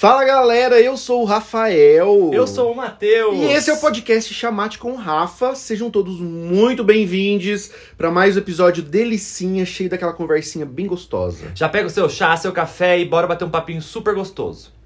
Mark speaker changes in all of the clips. Speaker 1: Fala galera, eu sou o Rafael.
Speaker 2: Eu sou o Matheus.
Speaker 1: E esse é o podcast Chamate com Rafa. Sejam todos muito bem-vindos para mais um episódio delicinha, cheio daquela conversinha bem gostosa.
Speaker 2: Já pega o seu chá, seu café e bora bater um papinho super gostoso.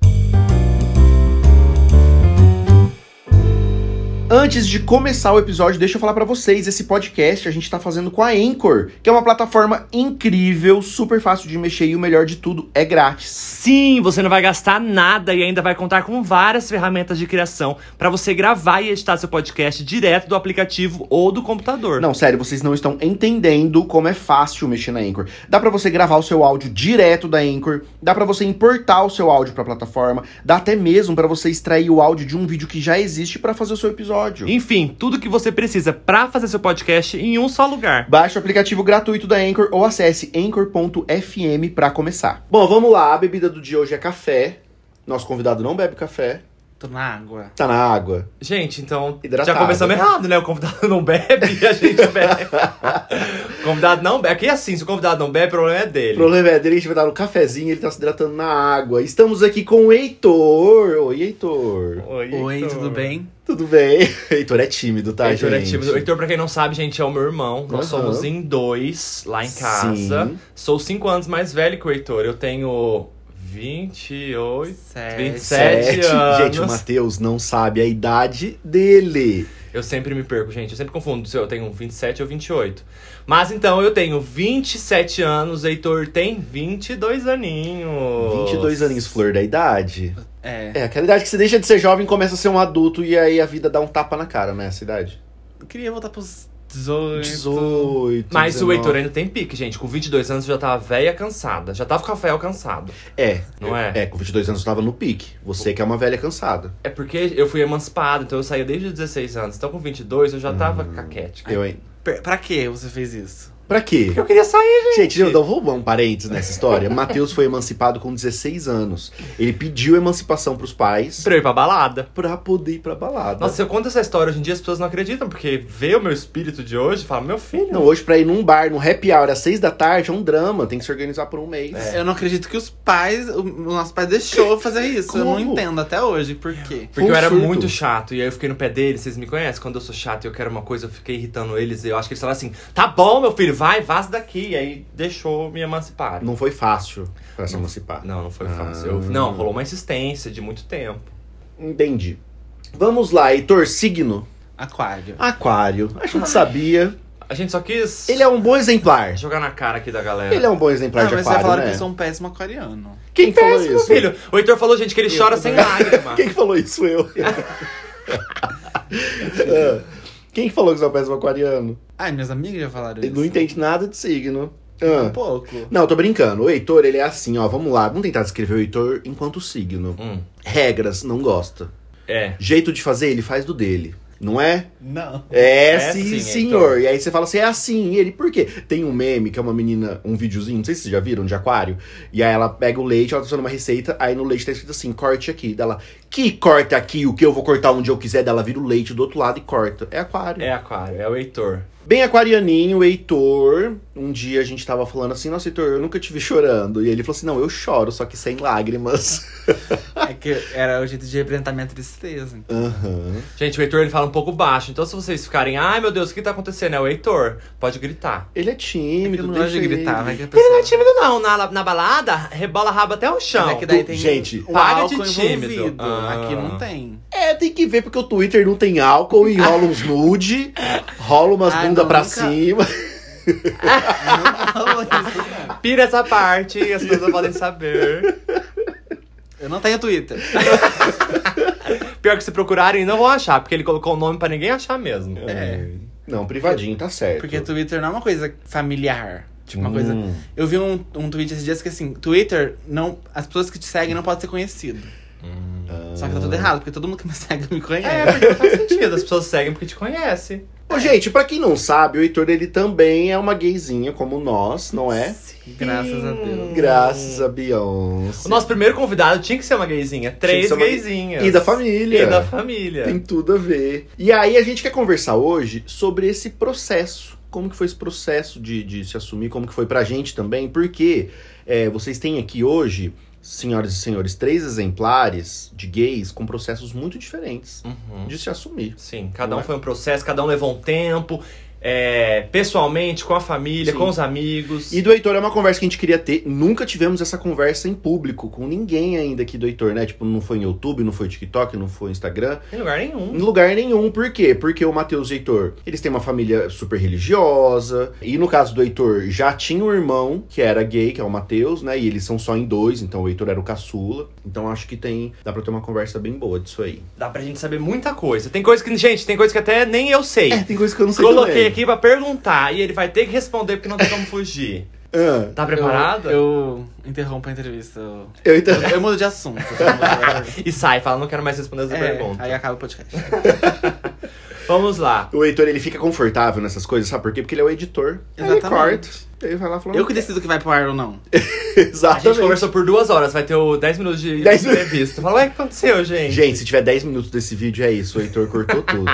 Speaker 1: Antes de começar o episódio, deixa eu falar pra vocês, esse podcast a gente tá fazendo com a Anchor, que é uma plataforma incrível, super fácil de mexer e o melhor de tudo é grátis.
Speaker 2: Sim, você não vai gastar nada e ainda vai contar com várias ferramentas de criação para você gravar e editar seu podcast direto do aplicativo ou do computador.
Speaker 1: Não, sério, vocês não estão entendendo como é fácil mexer na Anchor. Dá pra você gravar o seu áudio direto da Anchor, dá pra você importar o seu áudio pra plataforma, dá até mesmo pra você extrair o áudio de um vídeo que já existe pra fazer o seu episódio.
Speaker 2: Enfim, tudo que você precisa para fazer seu podcast em um só lugar.
Speaker 1: Baixe o aplicativo gratuito da Anchor ou acesse anchor.fm pra começar. Bom, vamos lá. A bebida do dia hoje é café. Nosso convidado não bebe café,
Speaker 2: Tô na água.
Speaker 1: tá na água.
Speaker 2: Gente, então
Speaker 1: Hidratado.
Speaker 2: já começamos errado, né? O convidado não bebe e a gente bebe. o convidado não bebe. Aqui é assim, se o convidado não bebe, o problema é
Speaker 1: O
Speaker 2: dele.
Speaker 1: problema é dele, a gente vai dar no cafezinho, ele tá se hidratando na água. Estamos aqui com o Heitor. Oi, Heitor.
Speaker 3: Oi, tudo bem?
Speaker 1: Tudo bem? Heitor é tímido, tá,
Speaker 2: Heitor
Speaker 1: gente?
Speaker 2: é tímido. Heitor, pra quem não sabe, gente, é o meu irmão. Nós
Speaker 1: Aham.
Speaker 2: somos em dois lá tá em casa.
Speaker 1: Sim.
Speaker 2: Sou cinco anos mais velho que o Heitor. Eu tenho 28.
Speaker 3: Sério.
Speaker 2: 27
Speaker 1: Sete. Gente, o
Speaker 2: anos.
Speaker 1: Matheus não sabe a idade dele.
Speaker 2: Eu sempre me perco, gente. Eu sempre confundo se eu tenho 27 ou 28. Mas então eu tenho 27 anos, Heitor tem 22 aninhos.
Speaker 1: 22 aninhos, flor da idade.
Speaker 3: É,
Speaker 1: É, aquela idade que você deixa de ser jovem e começa a ser um adulto e aí a vida dá um tapa na cara, né? Essa idade.
Speaker 3: eu queria voltar pros 18.
Speaker 1: 18.
Speaker 2: Mas o
Speaker 1: 19.
Speaker 2: Heitor ainda tem pique, gente. Com 22 anos eu já tava velha cansada. Já tava com o Rafael cansado,
Speaker 1: É.
Speaker 2: não é?
Speaker 1: É, com 22 anos eu tava no pique. Você que é uma velha cansada.
Speaker 2: É porque eu fui emancipado, então eu saía desde os 16 anos. Então com 22 eu já tava caquética.
Speaker 1: Hum. Eu, hein?
Speaker 3: Per- Pra que você fez isso?
Speaker 1: Pra quê?
Speaker 2: Porque eu queria sair.
Speaker 1: Gente, eu dou- vou dar um parênteses nessa história. Matheus foi emancipado com 16 anos. Ele pediu emancipação pros pais
Speaker 2: Pra eu ir pra balada.
Speaker 1: pra poder ir pra balada.
Speaker 2: Nossa, se eu conto essa história hoje em dia, as pessoas não acreditam, porque vê o meu espírito de hoje e fala, meu filho.
Speaker 1: Não, hoje pra ir num bar, num happy hour, às 6 da tarde, é um drama. Tem que se organizar por um mês.
Speaker 3: Eu não acredito que os pais, o o nosso pai deixou eu fazer isso. Eu não
Speaker 1: Como?
Speaker 3: entendo até hoje por quê.
Speaker 2: Porque eu era
Speaker 1: Absurdo.
Speaker 2: muito chato, e aí eu fiquei no pé dele, vocês me conhecem? Quando eu sou chato e eu quero uma coisa, eu fiquei irritando eles. E eu acho que eles falaram assim, tá bom, meu filho, vai, vaza daqui. E aí deixou me emancipar.
Speaker 1: Não foi fácil pra se emancipar.
Speaker 2: Não, não foi
Speaker 1: Ah.
Speaker 2: fácil. Eu- não, rolou uma insistência de muito tempo.
Speaker 1: Entendi. Vamos lá, Heitor, signo.
Speaker 3: Aquário.
Speaker 1: Aquário. A
Speaker 3: Ah.
Speaker 1: gente sabia.
Speaker 2: A gente só quis
Speaker 1: Ele é um bom exemplar.
Speaker 2: jogar na cara aqui da galera.
Speaker 1: Ele é um bom exemplar
Speaker 3: Ah,
Speaker 1: de
Speaker 3: mas
Speaker 1: aquário,
Speaker 3: vocês falaram
Speaker 1: né?
Speaker 3: que eu sou um péssimo aquariano.
Speaker 1: Quem, falou
Speaker 2: Péssimo,
Speaker 1: isso?
Speaker 2: filho. O Heitor falou, gente, que ele chora sem lágrima.
Speaker 1: Quem que falou isso? Eu. Ah, Quem que falou que você é um péssimo aquariano?
Speaker 3: Ai, meus amigos já falaram
Speaker 1: Ele
Speaker 3: isso.
Speaker 1: não entende nada de signo.
Speaker 3: Um
Speaker 1: Ah.
Speaker 3: pouco.
Speaker 1: Não, tô brincando. O Heitor, ele é assim, ó. Vamos lá, vamos tentar descrever o Heitor enquanto signo.
Speaker 2: Hum,
Speaker 1: Regras, não gosta.
Speaker 2: é.
Speaker 1: Jeito de fazer, ele faz do dele. Não é?
Speaker 3: Não.
Speaker 1: É,
Speaker 2: É
Speaker 3: assim,
Speaker 1: sim,
Speaker 2: sim,
Speaker 3: então.
Speaker 1: senhor. E aí você fala assim, é assim. E ele, por quê? Tem um meme que é uma menina, um videozinho, não sei se vocês já viram, de aquário. E aí ela pega o leite, ela tá fazendo uma receita, aí no leite tá escrito assim, corte aqui. Dela, que corta aqui, o que eu vou cortar onde eu quiser. Dela vira o leite do outro lado e corta. É aquário.
Speaker 2: É aquário, é o Heitor.
Speaker 1: Bem aquarianinho, Heitor. Um dia a gente tava falando assim, nossa, Heitor, eu nunca te vi chorando. E ele falou assim, não, eu choro, só que sem lágrimas.
Speaker 3: É que era o jeito de representar minha tristeza. então.
Speaker 1: Aham.
Speaker 2: Gente, o Heitor ele fala um pouco baixo, então se vocês ficarem, ai meu Deus, o que tá acontecendo? É o Heitor, pode gritar.
Speaker 1: Ele é tímido,
Speaker 3: eu não gosto de
Speaker 1: deixa
Speaker 3: gritar,
Speaker 1: ele.
Speaker 3: vai que a
Speaker 2: Ele não é
Speaker 3: pessoa...
Speaker 2: tímido, não. Na, na balada, rebola a raba até o chão.
Speaker 3: Mas é que daí
Speaker 1: tu-
Speaker 3: tem
Speaker 1: gente,
Speaker 3: um
Speaker 2: para de
Speaker 3: álcool
Speaker 2: tímido.
Speaker 3: envolvido.
Speaker 2: Ah.
Speaker 3: Aqui não tem.
Speaker 1: É, tem que ver porque o Twitter não tem álcool e rola uns nude, rola umas
Speaker 3: Ah,
Speaker 1: bunda
Speaker 3: não,
Speaker 1: pra
Speaker 3: nunca-
Speaker 1: cima.
Speaker 3: Não rolou isso, não.
Speaker 2: Pira essa parte, as pessoas podem saber.
Speaker 3: Eu não tenho Twitter.
Speaker 2: Pior que se procurarem, não vão achar, porque ele colocou o nome pra ninguém achar mesmo.
Speaker 3: É.
Speaker 1: Não, privadinho, tá certo.
Speaker 3: Porque Twitter não é uma coisa familiar. Tipo, uma
Speaker 1: Hum.
Speaker 3: coisa. Eu vi um, um tweet esses dias que assim, Twitter, não, as pessoas que te seguem não podem ser conhecidas.
Speaker 1: Hum.
Speaker 3: Só que tá
Speaker 1: Ah.
Speaker 3: tudo errado, porque todo mundo que me segue me
Speaker 2: É,
Speaker 3: conhece.
Speaker 2: porque não faz sentido. As pessoas seguem porque te conhecem.
Speaker 1: Ô, gente, pra quem não sabe, o Heitor ele também é uma gayzinha como nós, não é?
Speaker 3: Graças a Deus.
Speaker 1: Graças a Beyoncé.
Speaker 2: O nosso primeiro convidado tinha que ser uma gayzinha. Três
Speaker 1: ser uma-
Speaker 2: gayzinhas.
Speaker 1: E da família.
Speaker 2: E da família.
Speaker 1: Tem tudo a ver. E aí a gente quer conversar hoje sobre esse processo. Como que foi esse processo de, de se assumir, como que foi pra gente também, porque é, vocês têm aqui hoje senhoras e senhores, três exemplares de gays com processos muito diferentes
Speaker 2: Uhum.
Speaker 1: de se assumir.
Speaker 2: Sim, cada
Speaker 1: Não
Speaker 2: um
Speaker 1: é?
Speaker 2: foi um processo, cada um levou um tempo. é, pessoalmente, com a família,
Speaker 1: Sim.
Speaker 2: com os amigos.
Speaker 1: E do Heitor é uma conversa que a gente queria ter. Nunca tivemos essa conversa em público com ninguém ainda aqui do Heitor, né? Tipo, não foi em YouTube, não foi TikTok, não foi Instagram.
Speaker 2: Em lugar nenhum.
Speaker 1: Em lugar nenhum. Por quê? Porque o Matheus e o Heitor, eles têm uma família super religiosa. E no caso do Heitor, já tinha um irmão que era gay, que é o Matheus, né? E eles são só em dois, então o Heitor era o caçula. Então acho que tem. Dá pra ter uma conversa bem boa disso aí.
Speaker 2: Dá pra gente saber muita coisa. Tem coisa que, gente, tem coisa que até nem eu sei.
Speaker 1: É, tem coisa que eu não sei
Speaker 2: Coloquei
Speaker 1: também.
Speaker 2: aqui pra perguntar e ele vai ter que responder porque não tem como fugir.
Speaker 1: Ah,
Speaker 2: Tá preparado?
Speaker 3: Eu, eu interrompo a entrevista. Eu,
Speaker 1: eu então.
Speaker 3: eu mudo de assunto. eu mudo de-
Speaker 2: E sai, fala, não quero mais responder essa
Speaker 3: É,
Speaker 2: pergunta.
Speaker 3: aí acaba o podcast.
Speaker 2: Vamos lá.
Speaker 1: O Heitor, ele fica confortável nessas coisas, sabe por quê? Porque ele é o editor. Aí Ele corta.
Speaker 3: Exatamente.
Speaker 1: Ele vai lá falando.
Speaker 3: Eu que decido que vai pro ar ou não.
Speaker 2: A gente
Speaker 1: Exatamente.
Speaker 2: conversou por duas horas, vai ter o 10 minutos de
Speaker 1: 10 minutos.
Speaker 2: entrevista. Fala, ué, o que aconteceu, gente?
Speaker 1: Gente, se tiver 10 minutos desse vídeo, é isso. O Heitor cortou tudo.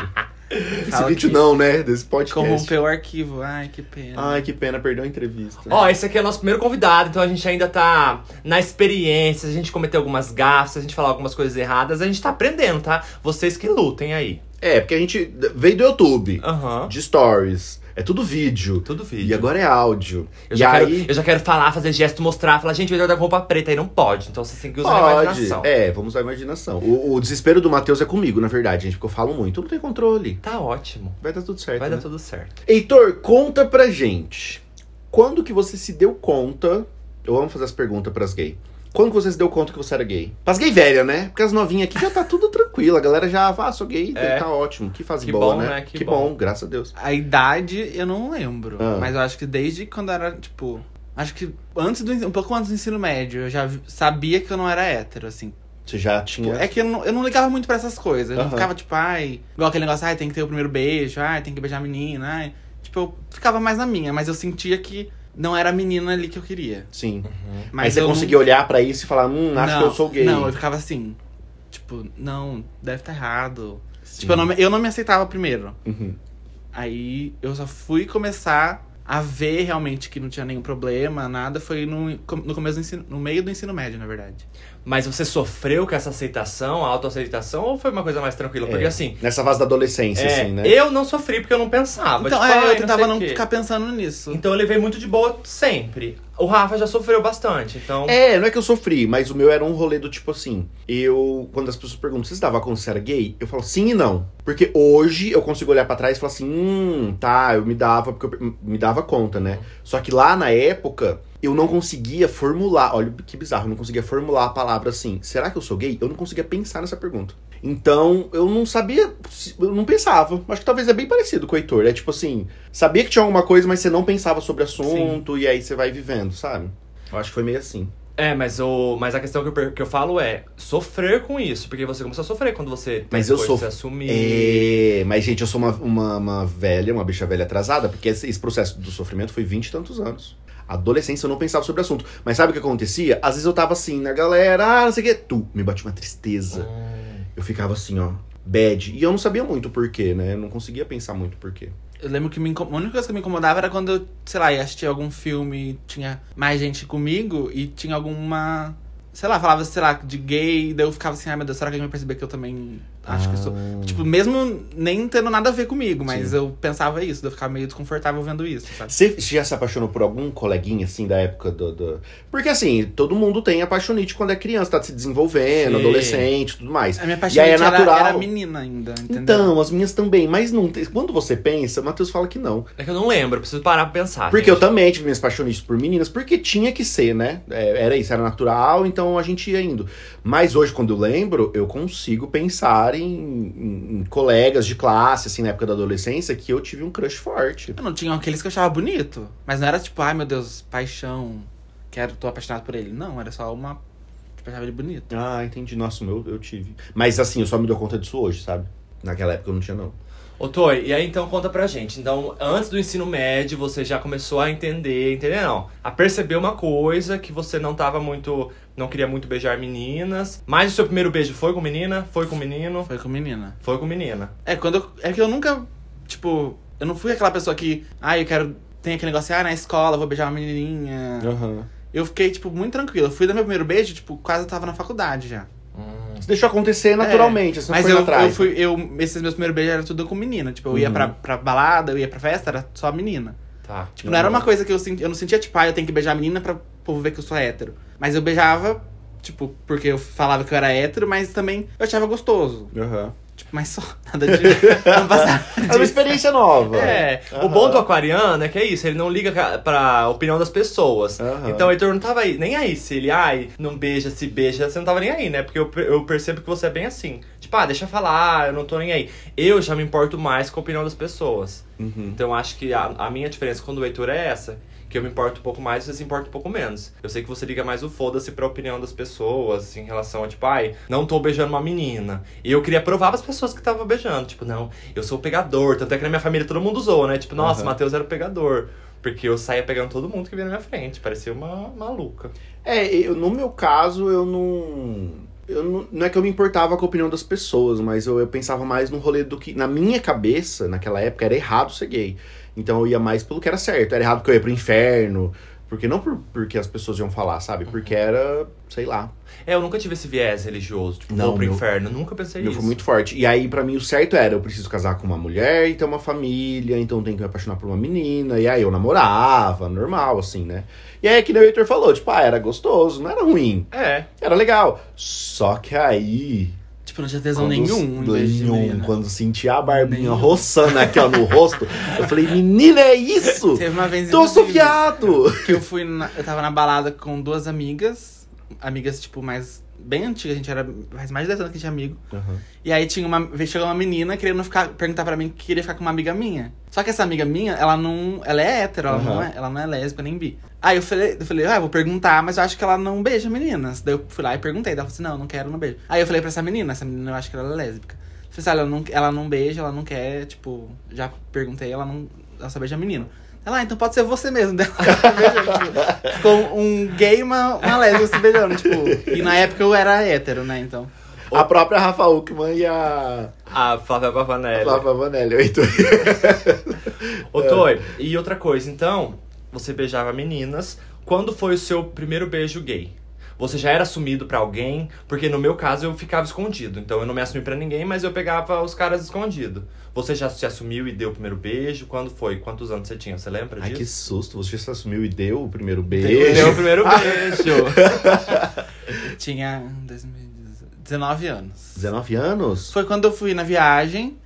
Speaker 1: Esse
Speaker 3: Fala
Speaker 1: vídeo
Speaker 3: que
Speaker 1: não, né? Desse podcast.
Speaker 3: Corrompeu o arquivo. Ai, que pena.
Speaker 1: Ai, que pena, perdeu a entrevista.
Speaker 2: Ó, esse aqui é o nosso primeiro convidado, então a gente ainda tá na experiência, a gente cometeu algumas gafas, a gente falar algumas coisas erradas, a gente tá aprendendo, tá? Vocês que lutem aí.
Speaker 1: É, porque a gente veio do YouTube,
Speaker 2: Aham.
Speaker 1: de stories. É tudo vídeo.
Speaker 2: Tudo vídeo.
Speaker 1: E agora é áudio.
Speaker 2: Eu
Speaker 1: e
Speaker 2: já, quero,
Speaker 1: aí.
Speaker 2: eu já quero falar, fazer gesto, mostrar, falar, gente, eu tô com roupa preta, aí não pode. Então vocês têm que usar a
Speaker 1: Pode.
Speaker 2: imaginação.
Speaker 1: É, vamos usar a imaginação. O, o desespero do Matheus é comigo, na verdade, gente, porque eu falo muito. Eu não tenho controle.
Speaker 2: Tá ótimo.
Speaker 1: Vai dar tudo certo.
Speaker 2: Vai
Speaker 1: né?
Speaker 2: dar tudo certo.
Speaker 1: Heitor, conta pra gente. Quando que você se deu conta? Eu amo fazer as perguntas pras gay. Quando que você se deu conta que você era gay? Pras gay velha, né? Porque as novinhas aqui já tá tudo tranquilo. A galera já, ah, sou gay,
Speaker 2: É.
Speaker 1: tá ótimo. Que fase
Speaker 2: Que
Speaker 1: boa,
Speaker 2: bom,
Speaker 1: né?
Speaker 2: né? Que
Speaker 1: Que,
Speaker 2: bom.
Speaker 1: bom. graças a Deus.
Speaker 3: A idade eu não lembro.
Speaker 1: Ah.
Speaker 3: Mas eu acho que desde quando eu era, tipo. Acho que antes do. Um pouco antes do ensino médio, eu já vi- sabia que eu não era hétero, assim.
Speaker 1: Você já
Speaker 3: Tipo,
Speaker 1: tinha.
Speaker 3: É que eu não, eu não ligava muito pra essas coisas. Eu não
Speaker 1: Aham.
Speaker 3: ficava, tipo, ai. Igual aquele negócio, ai, tem que ter o primeiro beijo, ai, tem que beijar a menina, ai. Tipo, eu ficava mais na minha, mas eu sentia que não era a menina ali que eu queria.
Speaker 1: Sim.
Speaker 3: Mas
Speaker 1: Aí você
Speaker 3: eu não-
Speaker 1: conseguiu olhar pra isso e falar, hum, acho
Speaker 3: não,
Speaker 1: que eu sou gay.
Speaker 3: Não, eu ficava assim. Tipo, não, deve estar errado.
Speaker 1: Sim.
Speaker 3: Tipo, eu não, me- eu não me aceitava primeiro.
Speaker 1: Uhum.
Speaker 3: Aí eu só fui começar a ver realmente que não tinha nenhum problema, nada. Foi no, com- no começo do ensino, no meio do ensino médio, na verdade.
Speaker 2: Mas você sofreu com essa aceitação, a autoaceitação, ou foi uma coisa mais tranquila? Porque
Speaker 1: É.
Speaker 2: assim.
Speaker 1: Nessa fase da adolescência,
Speaker 2: é,
Speaker 1: assim, né?
Speaker 2: Eu não sofri porque eu não pensava.
Speaker 3: então,
Speaker 2: tipo,
Speaker 3: é,
Speaker 2: "Ai,
Speaker 3: eu tentava
Speaker 2: sei o
Speaker 3: não,
Speaker 2: quê".
Speaker 3: ficar pensando nisso.
Speaker 2: Então eu levei muito de boa sempre. O Rafa já sofreu bastante, então.
Speaker 1: É, não é que eu sofri, mas o meu era um rolê do tipo assim. Eu, quando as pessoas perguntam, você se dava conta que você era gay? Eu falo sim e não. Porque hoje eu consigo olhar pra trás e falar assim, hum, tá, eu me dava, porque eu me dava conta, né? Só que lá na época, eu não conseguia formular, olha que bizarro, eu não conseguia formular a palavra assim, será que eu sou gay? Eu não conseguia pensar nessa pergunta. Então, eu não sabia, eu não pensava. Acho que talvez é bem parecido com o Heitor. É tipo assim, sabia que tinha alguma coisa, mas você não pensava sobre o assunto, e aí você vai vivendo, sabe? Eu acho que foi meio assim.
Speaker 2: É, mas, o, mas a questão que eu, per- que eu falo é sofrer com isso, porque você começou a sofrer quando você tem
Speaker 1: Mas eu
Speaker 2: coisas
Speaker 1: sofro-
Speaker 2: de se assumir.
Speaker 1: É, mas, gente, eu sou uma, uma, uma velha, uma bicha velha atrasada, porque esse, esse processo do sofrimento foi 20 e tantos anos. Adolescência eu não pensava sobre o assunto. Mas sabe o que acontecia? Às vezes eu tava assim, na galera, ah, não sei o quê. Tu, me bate uma tristeza.
Speaker 2: Hum.
Speaker 1: Eu ficava assim, ó, bad. E eu não sabia muito o porquê, né? Eu não conseguia pensar muito o porquê.
Speaker 3: Eu lembro que me incom- a única coisa que me incomodava era quando eu, sei lá, ia assistir algum filme e tinha mais gente comigo e tinha alguma. Sei lá, falava, sei lá, de gay, daí eu ficava assim, ai meu Deus, será que alguém vai perceber que eu também acho que eu sou.
Speaker 1: Ah.
Speaker 3: Tipo, mesmo nem tendo nada a ver comigo, mas
Speaker 1: Sim.
Speaker 3: eu pensava isso, daí eu ficava meio desconfortável vendo isso, sabe?
Speaker 1: Você você já se apaixonou por algum coleguinha, assim, da época do. do- Porque, assim, todo mundo tem apaixonite quando é criança, tá se desenvolvendo,
Speaker 2: Sim.
Speaker 1: adolescente tudo mais.
Speaker 3: A minha
Speaker 1: E
Speaker 3: paixão
Speaker 1: aí é natural.
Speaker 3: era, era menina ainda, entendeu?
Speaker 1: Então, as minhas também, mas não. tem- Quando você pensa, o Matheus fala que não.
Speaker 2: É que eu não lembro, preciso parar pra
Speaker 3: Ah,
Speaker 2: pensar.
Speaker 1: Porque
Speaker 3: é.
Speaker 2: gente.
Speaker 1: eu também tive minhas paixonites por meninas, porque tinha que ser, né? É, era isso, era natural, então a gente ia indo. Mas hoje, quando eu lembro, eu consigo pensar em, em- em colegas de classe, assim, na época da adolescência, que eu tive um crush forte.
Speaker 3: Eu não tinha aqueles que eu achava bonito. Mas não era tipo, ai meu Deus, paixão, quero, tô apaixonado por ele. Não, era só uma. Tipo, eu achava ele bonito.
Speaker 1: Ah, entendi. Nossa, o meu eu tive. Mas assim, eu só me dou conta disso hoje, sabe? Naquela época eu não tinha, não.
Speaker 2: Ô, Toy, e aí então conta pra gente. Então, antes do ensino médio, você já começou a entender, entender não, a perceber uma coisa que você não tava muito. não queria muito beijar meninas. Mas o seu primeiro beijo foi com menina? Foi com menino?
Speaker 3: Foi com menina.
Speaker 2: Foi com menina.
Speaker 3: É, quando eu, é que eu nunca, tipo, eu não fui aquela pessoa que, ai, eu quero, tem aquele negócio, ah, na escola eu vou beijar uma menininha.
Speaker 1: Aham.
Speaker 3: eu fiquei, tipo, muito tranquila. Eu fui dar meu primeiro beijo, tipo, quase eu tava na faculdade já.
Speaker 1: Você deixou acontecer naturalmente, você não
Speaker 3: É, Mas
Speaker 1: foi
Speaker 3: eu,
Speaker 1: lá atrás.
Speaker 3: eu fui, eu, esses meus primeiros beijos eram tudo com menina. Tipo, eu ia
Speaker 1: Uhum.
Speaker 3: pra, pra balada, eu ia pra festa, era só menina.
Speaker 2: Tá.
Speaker 3: Tipo, não era
Speaker 1: Uhum.
Speaker 3: uma coisa que eu sentia. Eu não sentia, tipo, ah, eu tenho que beijar a menina pra povo ver que eu sou hétero. Mas eu beijava, tipo, porque eu falava que eu era hétero, mas também eu achava gostoso.
Speaker 1: Aham.
Speaker 3: Tipo, mas só nada de. não passava
Speaker 1: É uma
Speaker 3: disso.
Speaker 1: experiência nova.
Speaker 2: É, o
Speaker 1: Aham.
Speaker 2: bom do aquariano é que é isso, ele não liga ca- pra opinião das pessoas.
Speaker 1: Aham.
Speaker 2: Então o Heitor não tava aí, nem aí se ele, ai, não beija, se beija, você não tava nem aí, né? Porque eu, per- eu percebo que você é bem assim. Tipo, ah, deixa eu falar, eu não tô nem aí. Eu já me importo mais com a opinião das pessoas.
Speaker 1: Uhum.
Speaker 2: Então acho que a, a minha diferença quando o Heitor é essa, que eu me importo um pouco mais e você se importa um pouco menos. Eu sei que você liga mais o foda-se pra opinião das pessoas, assim, em relação a tipo, ai, não tô beijando uma menina. E eu queria provar pras pessoas que tava beijando, tipo, não, eu sou o pegador. Tanto é que na minha família todo mundo zoa, né? Tipo, nossa,
Speaker 1: Aham.
Speaker 2: Matheus era o pegador. Porque eu saía pegando todo mundo que vinha na minha frente, parecia uma maluca.
Speaker 1: É, eu, no meu caso, eu não. Eu não, não é que eu me importava com a opinião das pessoas, mas eu, eu pensava mais no rolê do que. Na minha cabeça, naquela época, era errado ser gay. Então eu ia mais pelo que era certo. Era errado que eu ia pro inferno. Porque não por, porque as pessoas iam falar, sabe? Porque era, sei lá.
Speaker 2: É, eu nunca tive esse viés religioso, tipo,
Speaker 1: Não,
Speaker 2: vou pro
Speaker 1: meu-
Speaker 2: inferno, nunca pensei
Speaker 1: Eu
Speaker 2: nisso.
Speaker 1: fui muito forte. E aí, pra mim, o certo era: eu preciso casar com uma mulher e ter uma família, então eu tenho que me apaixonar por uma menina. E aí eu namorava, normal, assim, né? E aí, que nem o Heitor falou: tipo, ah, era gostoso, não era ruim.
Speaker 2: É,
Speaker 1: Era legal. Só que aí.
Speaker 3: Tipo, não tinha tesão
Speaker 1: quando-
Speaker 3: nenhum em beijo de
Speaker 1: nenhum.
Speaker 3: menina.
Speaker 1: Quando senti a barbinha
Speaker 3: Nenhum.
Speaker 1: roçando aqui, ó, no rosto, eu falei, menina, é isso!
Speaker 3: Teve uma vez
Speaker 1: Tô
Speaker 3: inclusive,
Speaker 1: assoviado!
Speaker 3: que eu fui na- eu tava na balada com duas amigas, amigas tipo mais bem antigas, a gente era faz mais de 10 anos que a gente é amigo. E aí tinha uma, veio- chegou uma menina querendo ficar, perguntar pra mim que queria ficar com uma amiga minha. Só que essa amiga minha, ela não, ela é hétero, ela,
Speaker 1: Aham.
Speaker 3: não, é, ela não é lésbica nem bi. Aí eu falei, eu falei, ah, vou perguntar, mas eu acho que ela não beija meninas. Daí eu fui lá e perguntei, daí ela falou assim, não, não quero, não beijo. Aí eu falei pra essa menina, essa menina eu acho que ela é lésbica. Eu falei assim, olha, ela não, ela não beija, ela não quer, tipo, já perguntei, ela não, ela só beija menino. Ela, ah, então pode ser você mesmo. Daí ela beijou, tipo, Ficou um gay e uma, uma lésbica se beijando, tipo. E na época eu era hétero, né, então.
Speaker 1: A própria Rafa Uckman e a
Speaker 2: a Flávia Pavanelli.
Speaker 1: Flávia Vanelli, o Heitor.
Speaker 2: Ô,
Speaker 1: É.
Speaker 2: Toy, e outra coisa, então, você beijava meninas. Quando foi o seu primeiro beijo gay? Você já era assumido pra alguém? Porque no meu caso eu ficava escondido. Então eu não me assumi pra ninguém, mas eu pegava os caras escondido. Você já se assumiu e deu o primeiro beijo? Quando foi? Quantos anos você tinha? Você lembra
Speaker 1: Ai, que
Speaker 2: disso?
Speaker 1: susto, você se assumiu e deu o primeiro
Speaker 2: Você Deu
Speaker 1: beijo.
Speaker 2: o primeiro beijo.
Speaker 3: Tinha hum, 2019 anos.
Speaker 1: 19 anos?
Speaker 3: Foi quando eu fui na viagem.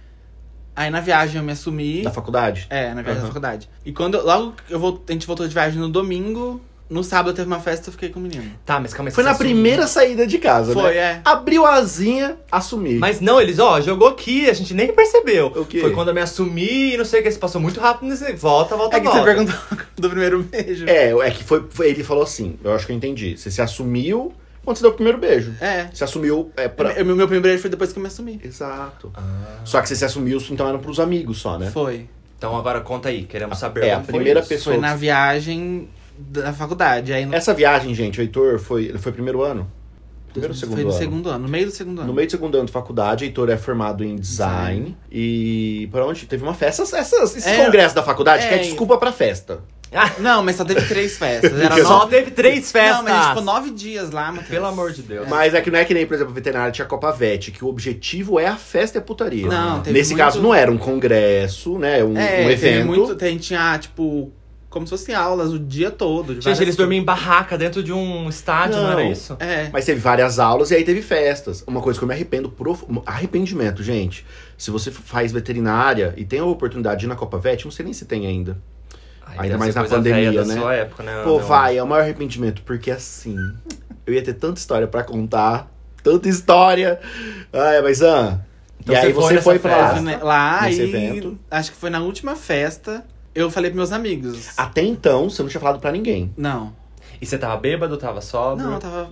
Speaker 3: Aí na viagem eu me assumi.
Speaker 1: Da faculdade.
Speaker 3: É, na viagem
Speaker 1: Aham.
Speaker 3: da faculdade. E quando eu- logo que eu voltei, a gente voltou de viagem no domingo, no sábado teve uma festa eu fiquei com o menino.
Speaker 2: tá, mas calma aí.
Speaker 1: Foi
Speaker 2: você
Speaker 1: na
Speaker 2: se assumiu.
Speaker 1: primeira saída de casa,
Speaker 3: Foi,
Speaker 1: né?
Speaker 3: é.
Speaker 1: Abriu a asinha, assumi.
Speaker 2: Mas não, eles, ó, jogou aqui, a gente nem percebeu.
Speaker 1: O quê?
Speaker 2: Foi quando eu me assumi e não sei o que, se passou muito rápido nesse. Volta,
Speaker 1: Tá
Speaker 2: volta,
Speaker 3: É que
Speaker 2: volta.
Speaker 3: você perguntou do primeiro beijo.
Speaker 1: É, é que foi, foi- Ele falou assim, eu acho que eu entendi. Você se assumiu quando você deu o primeiro beijo.
Speaker 3: É.
Speaker 1: Se assumiu é, pra.
Speaker 3: Eu- meu meu primeiro beijo foi depois que eu me assumi.
Speaker 1: Exato.
Speaker 2: Ah.
Speaker 1: Só que você se assumiu, então eram pros amigos só, né?
Speaker 3: Foi.
Speaker 2: Então agora conta aí, queremos saber
Speaker 1: É, a
Speaker 2: como foi
Speaker 1: primeira
Speaker 2: isso.
Speaker 1: pessoa.
Speaker 3: Foi na viagem da faculdade. Aí no,
Speaker 1: Essa viagem, gente, o Heitor foi. Ele foi primeiro ano? Primeiro ou segundo
Speaker 3: foi no
Speaker 1: ano?
Speaker 3: segundo ano, no meio do segundo ano.
Speaker 1: No meio do segundo ano de faculdade, Heitor é formado em design. E pra onde? Teve uma festa. Essas, esses
Speaker 3: É,
Speaker 1: congressos da faculdade que é
Speaker 3: é,
Speaker 1: desculpa pra festa.
Speaker 3: Não, mas só teve três festas. Era
Speaker 1: Só
Speaker 3: nove...
Speaker 2: teve três
Speaker 3: Não, mas tipo, a gente ficou nove dias lá, Matheus.
Speaker 2: Pelo amor de Deus.
Speaker 1: Mas é que não é que nem, por exemplo, veterinário tinha a Copa Vet, que o objetivo é a festa e a putaria.
Speaker 3: Não, teve
Speaker 1: Nesse
Speaker 3: muito-
Speaker 1: caso, não era um congresso, né? Um, um
Speaker 3: É, teve
Speaker 1: evento.
Speaker 3: muito. Tem, tinha, tipo, como se fosse aulas o dia todo. de várias-
Speaker 2: Gente, eles dormiam em barraca dentro de um estádio, não,
Speaker 1: Não.
Speaker 2: era isso?
Speaker 3: É.
Speaker 1: Mas teve várias aulas e aí teve festas. Uma coisa que eu me arrependo, prof... arrependimento, gente. Se você faz veterinária e tem a oportunidade de ir na Copa Vet, não sei nem se tem ainda. Ainda
Speaker 2: deve
Speaker 1: mais
Speaker 2: ser
Speaker 1: na
Speaker 2: coisa velha
Speaker 1: pandemia,
Speaker 2: da
Speaker 1: né?
Speaker 2: sua época,
Speaker 3: Ah,
Speaker 2: né?
Speaker 1: Pô,
Speaker 2: Não.
Speaker 1: vai, é o maior arrependimento, porque assim, eu ia ter tanta história pra contar, tanta história. Ai, mas ah,
Speaker 2: Então
Speaker 1: e aí
Speaker 2: foi
Speaker 1: você
Speaker 2: nessa
Speaker 1: foi pra
Speaker 3: Eu
Speaker 1: lá.
Speaker 3: fui ne- lá
Speaker 1: nesse
Speaker 3: e
Speaker 1: evento.
Speaker 3: acho que foi na última festa. Eu falei pros meus amigos.
Speaker 1: Até então, você não tinha falado pra ninguém.
Speaker 3: Não.
Speaker 2: E você tava bêbado, tava sóbrio?
Speaker 1: tá-
Speaker 3: Não, eu tava.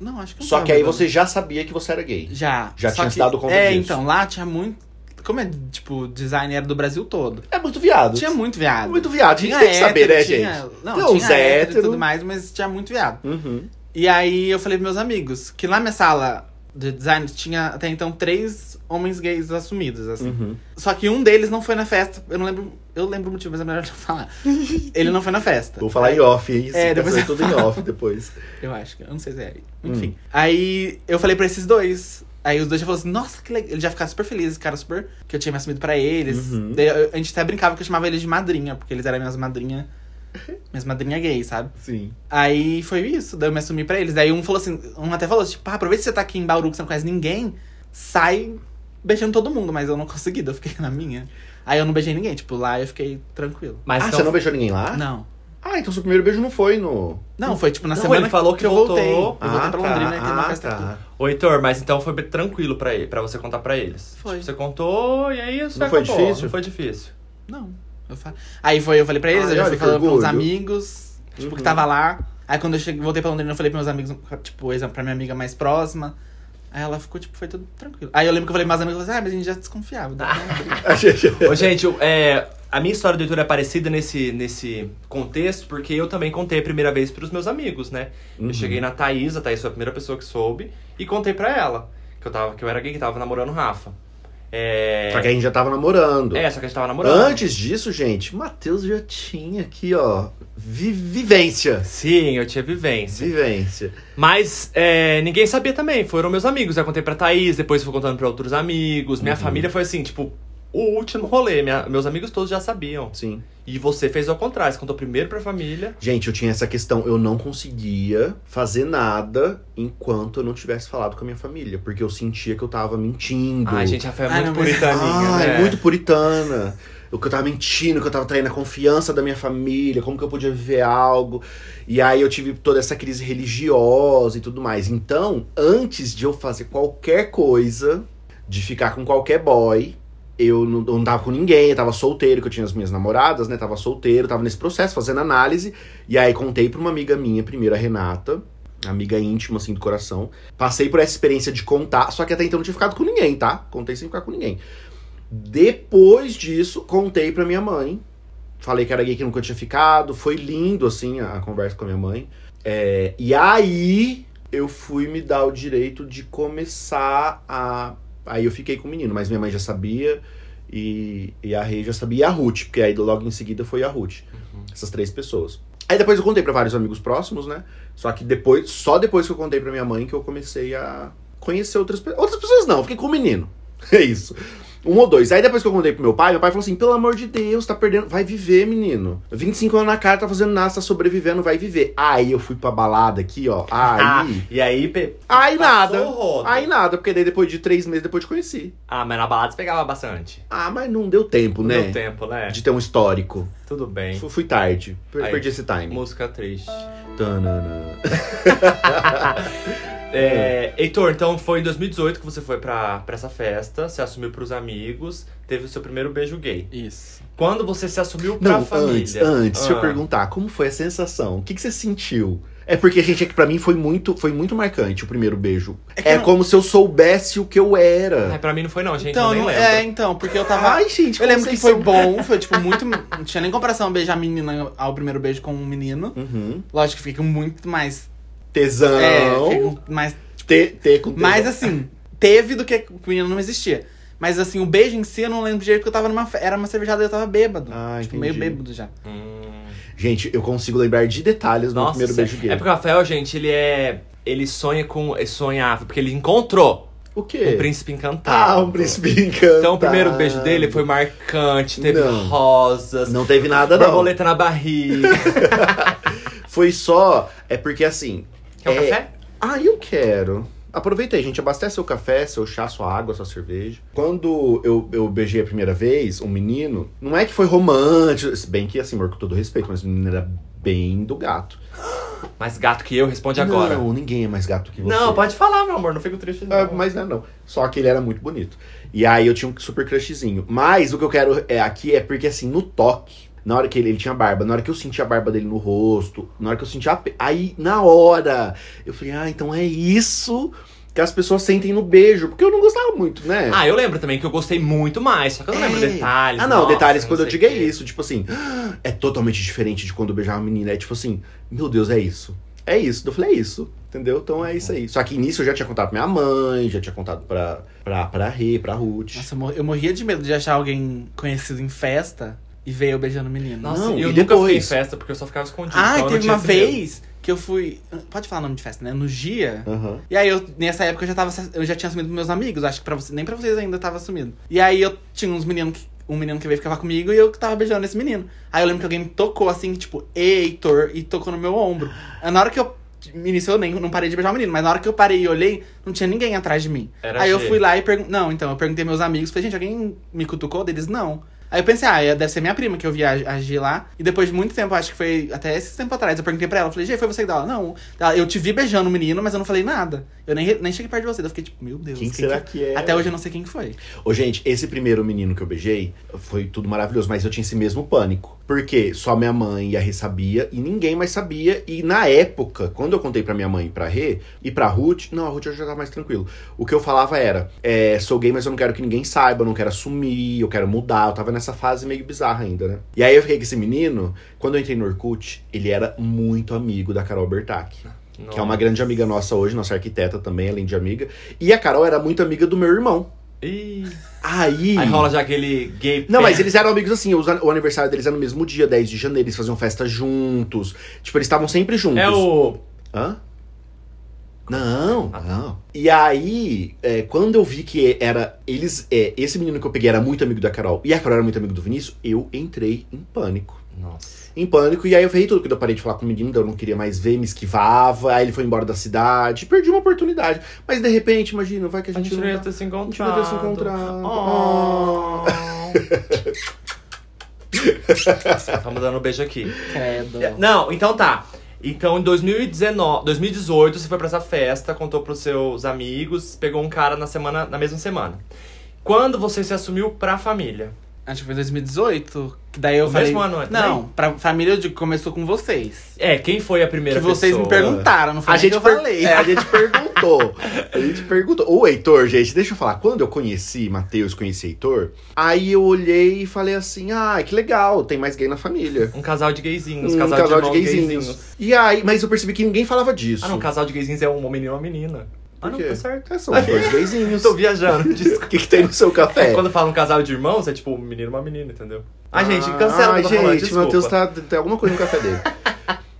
Speaker 3: Não, acho que eu não
Speaker 1: Só
Speaker 3: tava
Speaker 1: que aí
Speaker 3: bêbado.
Speaker 1: você já sabia que você era gay.
Speaker 3: Já.
Speaker 1: já
Speaker 3: Só
Speaker 1: tinha
Speaker 3: que-
Speaker 1: se dado conta
Speaker 3: É,
Speaker 1: disso.
Speaker 3: então, lá tinha muito. Como é, tipo, design era do Brasil todo.
Speaker 1: É muito viado.
Speaker 3: Tinha muito viado.
Speaker 1: muito viado. A gente
Speaker 3: Tinha
Speaker 1: tem que saber,
Speaker 3: hétero,
Speaker 1: né,
Speaker 3: tinha-
Speaker 1: gente?
Speaker 3: Não,
Speaker 1: Tem uns
Speaker 3: tinha hétero e
Speaker 1: hétero.
Speaker 3: tudo mais, mas tinha muito viado.
Speaker 1: Uhum.
Speaker 3: E aí eu falei pros meus amigos que na minha sala de design, tinha até então três homens gays assumidos, assim.
Speaker 1: Uhum.
Speaker 3: Só que um deles não foi na festa. Eu não lembro. Eu lembro o motivo, mas é melhor não falar. Ele não foi na festa.
Speaker 1: Vou falar em off, hein?
Speaker 3: É, depois
Speaker 1: Isso, tudo em off depois.
Speaker 3: Eu acho que. Eu não sei se é.
Speaker 1: Hum.
Speaker 3: Enfim. Aí eu falei pra esses dois. Aí os dois já falaram assim, nossa, que legal. Ele já ficava super feliz, esse cara super. Que eu tinha me assumido pra eles.
Speaker 1: Uhum.
Speaker 3: Daí eu- a gente até brincava que eu chamava eles de madrinha, porque eles eram minhas madrinhas. Minhas madrinha gay, sabe?
Speaker 1: Sim.
Speaker 3: Aí foi isso, daí eu me assumi pra eles. Daí um falou assim, um até falou, tipo, ah, aproveita que você tá aqui em Bauru, que você não conhece ninguém, sai beijando todo mundo, mas eu não consegui, daí eu fiquei na minha. Aí eu não beijei ninguém, tipo, lá eu fiquei tranquilo.
Speaker 2: Mas
Speaker 1: ah,
Speaker 2: então-
Speaker 1: você não beijou ninguém lá?
Speaker 3: Não.
Speaker 1: Ah, então seu primeiro beijo não foi no.
Speaker 3: Não, foi tipo na
Speaker 2: Não,
Speaker 3: semana
Speaker 2: ele falou que
Speaker 3: eu
Speaker 2: voltou.
Speaker 3: voltei. Eu voltei
Speaker 1: ah,
Speaker 3: pra Londrina e
Speaker 1: tá,
Speaker 3: teve uma
Speaker 1: ah,
Speaker 3: festa aqui.
Speaker 1: tá.
Speaker 2: Ô, Heitor, mas então foi bem tranquilo pra, ele, pra você contar pra eles.
Speaker 3: Foi.
Speaker 2: Tipo, você contou e é isso.
Speaker 1: Não
Speaker 2: e
Speaker 1: foi
Speaker 2: acabou.
Speaker 1: difícil?
Speaker 2: Não foi difícil.
Speaker 3: Não. Eu fa- Aí foi, eu falei pra eles,
Speaker 1: Ai,
Speaker 3: eu já
Speaker 1: olha
Speaker 3: fui
Speaker 1: que
Speaker 3: falando pros
Speaker 1: orgulho.
Speaker 3: amigos, tipo, que
Speaker 1: Uhum.
Speaker 3: tava lá. Aí quando eu cheguei, voltei pra Londrina, eu falei pros meus amigos, tipo, exemplo, pra minha amiga mais próxima. Aí ela ficou, tipo, foi tudo tranquilo. Aí eu lembro que eu falei pros meus amigos, ah, mas a gente já desconfiava. daí não abriu.
Speaker 2: Ô, gente, eu- é, a minha história do Heitor é parecida nesse, nesse contexto, porque eu também contei a primeira vez pros meus amigos, né? Eu
Speaker 1: Uhum.
Speaker 2: cheguei na Thaís, a Thaís foi a primeira pessoa que soube, e contei pra ela que eu, tava, que eu era gay, que tava namorando o Rafa. É,
Speaker 1: Só que a gente já tava namorando.
Speaker 2: é, só que a gente tava namorando.
Speaker 1: Antes disso, gente, Matheus já tinha aqui, ó, vi- vivência.
Speaker 2: Sim, eu tinha vivência.
Speaker 1: Vivência.
Speaker 2: Mas é, ninguém sabia também, foram meus amigos. Eu contei pra Thaís, depois fui contando pra outros amigos.
Speaker 1: Uhum.
Speaker 2: Minha família foi assim, tipo, o último rolê. Minha- meus amigos todos já sabiam.
Speaker 1: Sim.
Speaker 2: E você fez ao contrário, você contou primeiro pra família.
Speaker 1: Gente, eu tinha essa questão, eu não conseguia fazer nada enquanto eu não tivesse falado com a minha família, porque eu sentia que eu tava mentindo.
Speaker 2: Ai, gente, a fé é
Speaker 3: Ah,
Speaker 2: muito
Speaker 3: não, mas-
Speaker 2: puritaninha,
Speaker 1: Uhum. Ah,
Speaker 2: né?
Speaker 1: é muito puritana. O que eu tava mentindo, que eu tava traindo a confiança da minha família, como que eu podia viver algo. E aí eu tive toda essa crise religiosa e tudo mais. Então, antes de eu fazer qualquer coisa, de ficar com qualquer boy, eu não, eu não tava com ninguém, eu tava solteiro, que eu tinha as minhas namoradas, né? Tava solteiro, tava nesse processo, fazendo análise. E aí contei pra uma amiga minha, primeiro a Renata, amiga íntima, assim, do coração. Passei por essa experiência de contar, só que até então não tinha ficado com ninguém, tá? Contei sem ficar com ninguém. Depois disso, contei pra minha mãe. Falei que era gay que nunca tinha ficado. Foi lindo, assim, a a conversa com a minha mãe. É, e aí, eu fui me dar o direito de começar a. Aí eu fiquei com o menino, mas minha mãe já sabia. E, e a Rei já sabia e a Ruth, porque aí logo em seguida foi a Ruth.
Speaker 2: Uhum.
Speaker 1: Essas três pessoas. Aí depois eu contei pra vários amigos próximos, né? Só que depois, só depois que eu contei pra minha mãe que eu comecei a conhecer outras pessoas. Outras pessoas não, eu fiquei com o menino. É isso. Um ou dois. Aí depois que eu contei pro meu pai, meu pai falou assim: pelo amor de Deus, tá perdendo. Vai viver, menino. 25 anos na cara, tá fazendo nada, tá sobrevivendo, vai viver. Aí eu fui pra balada aqui, ó.
Speaker 2: Ah,
Speaker 1: Aí.
Speaker 2: e aí, pe...
Speaker 1: aí
Speaker 2: passou
Speaker 1: nada.
Speaker 2: o rodo.
Speaker 1: Aí nada, porque daí depois de três meses depois eu te conheci.
Speaker 2: Ah, mas na balada você pegava bastante.
Speaker 1: Ah, mas não deu tempo,
Speaker 2: Não
Speaker 1: né?
Speaker 2: deu tempo, né?
Speaker 1: De ter um histórico.
Speaker 2: Tudo bem.
Speaker 1: Fui, fui tarde. Per-
Speaker 2: Aí.
Speaker 1: Perdi esse time.
Speaker 2: Música triste.
Speaker 1: É. Tanana.
Speaker 2: É, Heitor, então foi em 2018 que você foi pra, pra essa festa, se assumiu pros amigos, teve o seu primeiro beijo gay.
Speaker 3: Isso.
Speaker 2: Quando você se assumiu pra
Speaker 1: Não,
Speaker 2: família?
Speaker 1: antes, antes, deixa eu
Speaker 2: Ah.
Speaker 1: perguntar, como foi a sensação? O que, que você sentiu? É porque, gente, é que pra mim foi muito, foi muito marcante o primeiro beijo.
Speaker 3: que
Speaker 1: É,
Speaker 3: não-
Speaker 1: como se eu soubesse o que eu
Speaker 2: Ai,
Speaker 1: era.
Speaker 2: É, pra mim não foi não, gente,
Speaker 3: Então,
Speaker 2: eu nem
Speaker 3: não-
Speaker 2: lembro.
Speaker 3: é, então, porque eu
Speaker 2: tá.
Speaker 3: tava.
Speaker 1: Ai, gente,
Speaker 3: eu lembro que
Speaker 1: vocês
Speaker 3: foi
Speaker 1: são-
Speaker 3: bom, foi tipo muito. Não tinha nem comparação beijar a menina ao primeiro beijo com um menino.
Speaker 1: Uhum.
Speaker 3: Lógico que fica muito mais.
Speaker 1: Tesão.
Speaker 3: É, fica com mais.
Speaker 1: T, T com tesão.
Speaker 3: Mas assim, teve do que o menino não existia. Mas assim, o beijo em si eu não lembro direito porque eu tava numa. fe- Era uma cervejada e eu tava bêbado.
Speaker 1: Ah,
Speaker 3: tipo,
Speaker 1: entendi.
Speaker 3: meio bêbado já.
Speaker 2: Hum.
Speaker 1: Gente, eu consigo lembrar de detalhes do meu
Speaker 2: Nossa,
Speaker 1: primeiro beijo gay.
Speaker 2: é porque o Rafael, gente, ele é... Ele sonha com... Ele sonhava, porque ele encontrou
Speaker 1: O quê?
Speaker 2: um príncipe encantado.
Speaker 1: Ah, um príncipe encantado.
Speaker 2: Então o primeiro beijo dele foi marcante, teve
Speaker 1: Não.
Speaker 2: rosas,
Speaker 1: Não teve nada, não.
Speaker 2: borboleta na barriga.
Speaker 1: Foi só. É porque assim.
Speaker 2: Quer um
Speaker 1: É.
Speaker 2: café?
Speaker 1: Ah, eu quero. Aproveita aí, gente. Abastece seu café, seu chá, sua água, sua cerveja. Quando eu, eu beijei a primeira vez, um menino, não é que foi romântico, se bem que assim, amor, com todo respeito, mas o menino era bem do gato.
Speaker 2: Mais gato que eu, responde agora.
Speaker 1: Não, ninguém é mais gato que você.
Speaker 2: Não, pode falar, meu amor, não fico triste não.
Speaker 1: É, mas não é não. Só que ele era muito bonito. E aí eu tinha um super crushzinho. Mas o que eu quero é, aqui é porque, assim, no toque, na hora que ele, ele tinha barba, na hora que eu senti a barba dele no rosto, na hora que eu senti a. pe- Aí, na hora, eu falei, ah, então é isso que as pessoas sentem no beijo. Porque eu não gostava muito, né?
Speaker 2: Ah, eu lembro também que eu gostei muito mais, só que eu não lembro
Speaker 1: É.
Speaker 2: detalhes.
Speaker 1: Ah, não,
Speaker 2: nossa,
Speaker 1: detalhes quando
Speaker 2: não
Speaker 1: eu
Speaker 2: sei
Speaker 1: digo é
Speaker 2: o quê.
Speaker 1: isso. Tipo assim, "Ah, é totalmente diferente de quando eu beijava uma menina. É tipo assim, meu Deus, é isso. É isso. Eu falei, é isso. Entendeu? Então é isso aí. Só que nisso eu já tinha contado pra minha mãe, já tinha contado pra, pra, pra Rê, pra Ruth.
Speaker 3: Nossa, eu, mor- eu morria de medo de achar alguém conhecido em festa e ver eu beijando o menino.
Speaker 1: Nossa,
Speaker 2: Não,
Speaker 1: e
Speaker 2: eu nunca fui em
Speaker 1: depois?
Speaker 2: festa porque eu só ficava escondido.
Speaker 3: Ah,
Speaker 2: então eu não
Speaker 3: e teve
Speaker 2: tinha
Speaker 3: uma
Speaker 2: esse medo.
Speaker 3: vez que eu fui. Pode falar o nome de festa, né? No Gia.
Speaker 1: Aham.
Speaker 3: E aí, eu, nessa época, eu já, tava, eu já tinha assumido pros meus amigos. Acho que pra você, nem pra vocês ainda eu tava assumindo. E aí, eu tinha uns meninos que, um menino que veio ficar comigo e eu que tava beijando esse menino. Aí eu lembro que alguém me tocou assim, tipo, Heitor, e tocou no meu ombro. Aí, na hora que eu. Me iniciou, eu nem, não parei de beijar o menino, mas na hora que eu parei e olhei, não tinha ninguém atrás de mim.
Speaker 2: Era
Speaker 3: aí eu
Speaker 2: G.
Speaker 3: fui lá e perguntei. Não, então, eu perguntei meus amigos, falei, gente, alguém me cutucou deles? Não. Aí eu pensei, ah, deve ser minha prima que eu vi a, a G lá. E depois de muito tempo, acho que foi até esse tempo atrás, eu perguntei pra ela, falei, G, foi você que deu ela? Não. Ela, eu te vi beijando o menino, mas eu não falei nada. Eu nem, re- nem cheguei perto de você. Eu fiquei tipo, meu Deus,
Speaker 1: Quem que será
Speaker 3: que...
Speaker 1: que é?
Speaker 3: Até hoje eu não sei quem que foi.
Speaker 1: Ô, gente, esse primeiro menino que eu beijei foi tudo maravilhoso, mas eu tinha esse mesmo pânico. Porque só minha mãe e a Rê sabia, e ninguém mais sabia. E na época, quando eu contei pra minha mãe e pra Rê, e pra Ruth, não, a Ruth eu já tava mais tranquilo. O que eu falava era: é, sou gay, mas eu não quero que ninguém saiba, eu não quero assumir, eu quero mudar. Eu tava nessa fase meio bizarra ainda, né? E aí eu fiquei com esse menino, quando eu entrei no Orkut, ele era muito amigo da Carol Bertacchi. Que é uma grande amiga nossa hoje, nossa arquiteta também, além de amiga. E a Carol era muito amiga do meu irmão.
Speaker 2: Ih,
Speaker 1: Aí.
Speaker 2: Aí rola já aquele gay.
Speaker 1: Não, mas
Speaker 2: pen.
Speaker 1: eles eram amigos assim, os- o aniversário deles era no mesmo dia, 10 de janeiro, eles faziam festa juntos. Tipo, eles estavam sempre juntos.
Speaker 2: É o. Ah,
Speaker 1: Hã?
Speaker 2: tá.
Speaker 1: Não, não. E aí, é, quando eu vi que era eles, é, esse menino que eu peguei era muito amigo da Carol e a Carol era muito amigo do Vinícius, eu entrei em pânico.
Speaker 2: Nossa.
Speaker 1: Em pânico, e aí eu ferrei tudo, quando eu parei de falar com o menino, eu não queria mais ver, me esquivava, aí ele foi embora da cidade, perdi uma oportunidade. Mas de repente, imagina, vai que a
Speaker 2: A
Speaker 1: gente,
Speaker 2: gente não
Speaker 1: não tá-
Speaker 2: ia ter se
Speaker 1: a gente não vai ter se
Speaker 2: encontrado.
Speaker 1: encontrado.
Speaker 2: Oh. tá mandando um beijo aqui.
Speaker 3: Credo.
Speaker 2: Não, então tá. Então, em 2019, 2018, você foi pra essa festa, contou pros seus amigos, pegou um cara na semana, na mesma semana. Quando você se assumiu pra família?
Speaker 3: Acho que foi em 2018, que daí eu
Speaker 2: No
Speaker 3: falei.
Speaker 2: mesmo ano, né?
Speaker 3: Não, pra família eu digo, começou com vocês.
Speaker 2: É, quem foi a primeira
Speaker 3: que vocês
Speaker 2: pessoa?
Speaker 3: me perguntaram, não foi
Speaker 1: A
Speaker 3: nem que
Speaker 1: gente,
Speaker 3: eu
Speaker 1: per-
Speaker 3: falei.
Speaker 1: é, a gente perguntou. A gente perguntou. O Heitor, gente, deixa eu falar. Quando eu conheci Matheus, conheci Heitor, aí eu olhei e falei assim: ah, que legal, tem mais gay na família.
Speaker 2: Um casal de gayzinhos,
Speaker 1: um
Speaker 2: casal,
Speaker 1: casal de,
Speaker 2: irmãos
Speaker 1: gayzinhos. E aí, mas eu percebi que ninguém falava disso.
Speaker 2: Ah, não, casal de gayzinhos é um menino e uma menina.
Speaker 1: Por
Speaker 2: Ah, não,
Speaker 1: quê?
Speaker 2: tá certo.
Speaker 1: É, são os dois gayzinhos.
Speaker 2: Tô viajando, desculpa.
Speaker 1: O que, que tem no seu café?
Speaker 2: Quando fala um casal de irmãos, é tipo um menino e uma menina, entendeu? Ah, gente,
Speaker 1: Ah,
Speaker 2: cancela o que eu tô falando,
Speaker 1: gente,
Speaker 2: desculpa.
Speaker 1: Matheus tá, tem alguma coisa no café dele.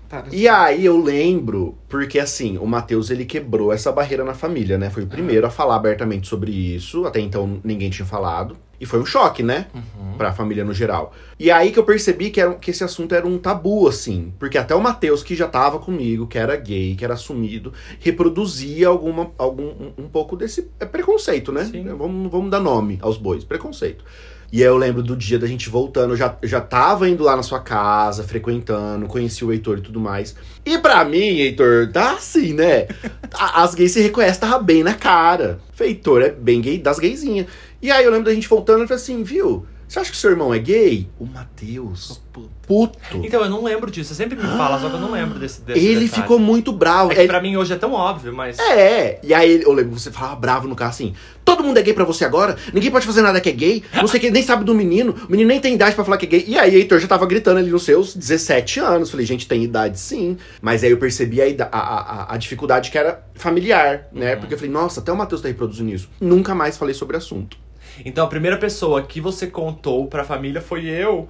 Speaker 3: Tá,
Speaker 1: E aí eu lembro, porque assim, o Matheus ele quebrou essa barreira na família, né? Foi o primeiro a falar abertamente sobre isso, até então ninguém tinha falado. E foi um choque, né?
Speaker 2: Uhum.
Speaker 1: Pra família no geral. E aí que eu percebi que, era, que esse assunto era um tabu, assim. Porque até o Matheus, que já tava comigo, que era gay, que era assumido, reproduzia alguma, algum, um, um pouco desse é preconceito, né?
Speaker 2: Sim.
Speaker 1: É, Vamos, vamos dar nome aos bois, preconceito. E aí eu lembro do dia da gente voltando, eu já, eu já tava indo lá na sua casa, frequentando, conheci o Heitor e tudo mais. E pra mim, Heitor, tá assim, né? A- As gays se reconhecem, tava bem na cara. Feitor é bem gay das gayzinhas. E aí eu lembro da gente voltando e falei assim, viu? Você acha que seu irmão é gay? O Matheus, puto.
Speaker 2: Então, eu não lembro disso. Você sempre me fala, só que eu não lembro desse, desse
Speaker 1: Ele
Speaker 2: detalhe.
Speaker 1: ficou muito bravo.
Speaker 2: É que
Speaker 1: Ele-
Speaker 2: pra mim hoje é tão óbvio, mas...
Speaker 1: É, e aí ele- eu lembro você falava bravo no carro assim: todo mundo é gay pra você agora, ninguém pode fazer nada que é gay, não sei que, nem sabe do menino, o menino nem tem idade pra falar que é gay. E aí Heitor já tava gritando ali nos seus 17 anos. Falei, gente, tem idade sim. Mas aí eu percebi a, ida- a, a- a dificuldade que era familiar, né?
Speaker 2: Uhum.
Speaker 1: Porque eu falei, nossa, até o Matheus tá reproduzindo isso. Nunca mais falei sobre o assunto.
Speaker 2: Então, a primeira pessoa que você contou pra família foi eu.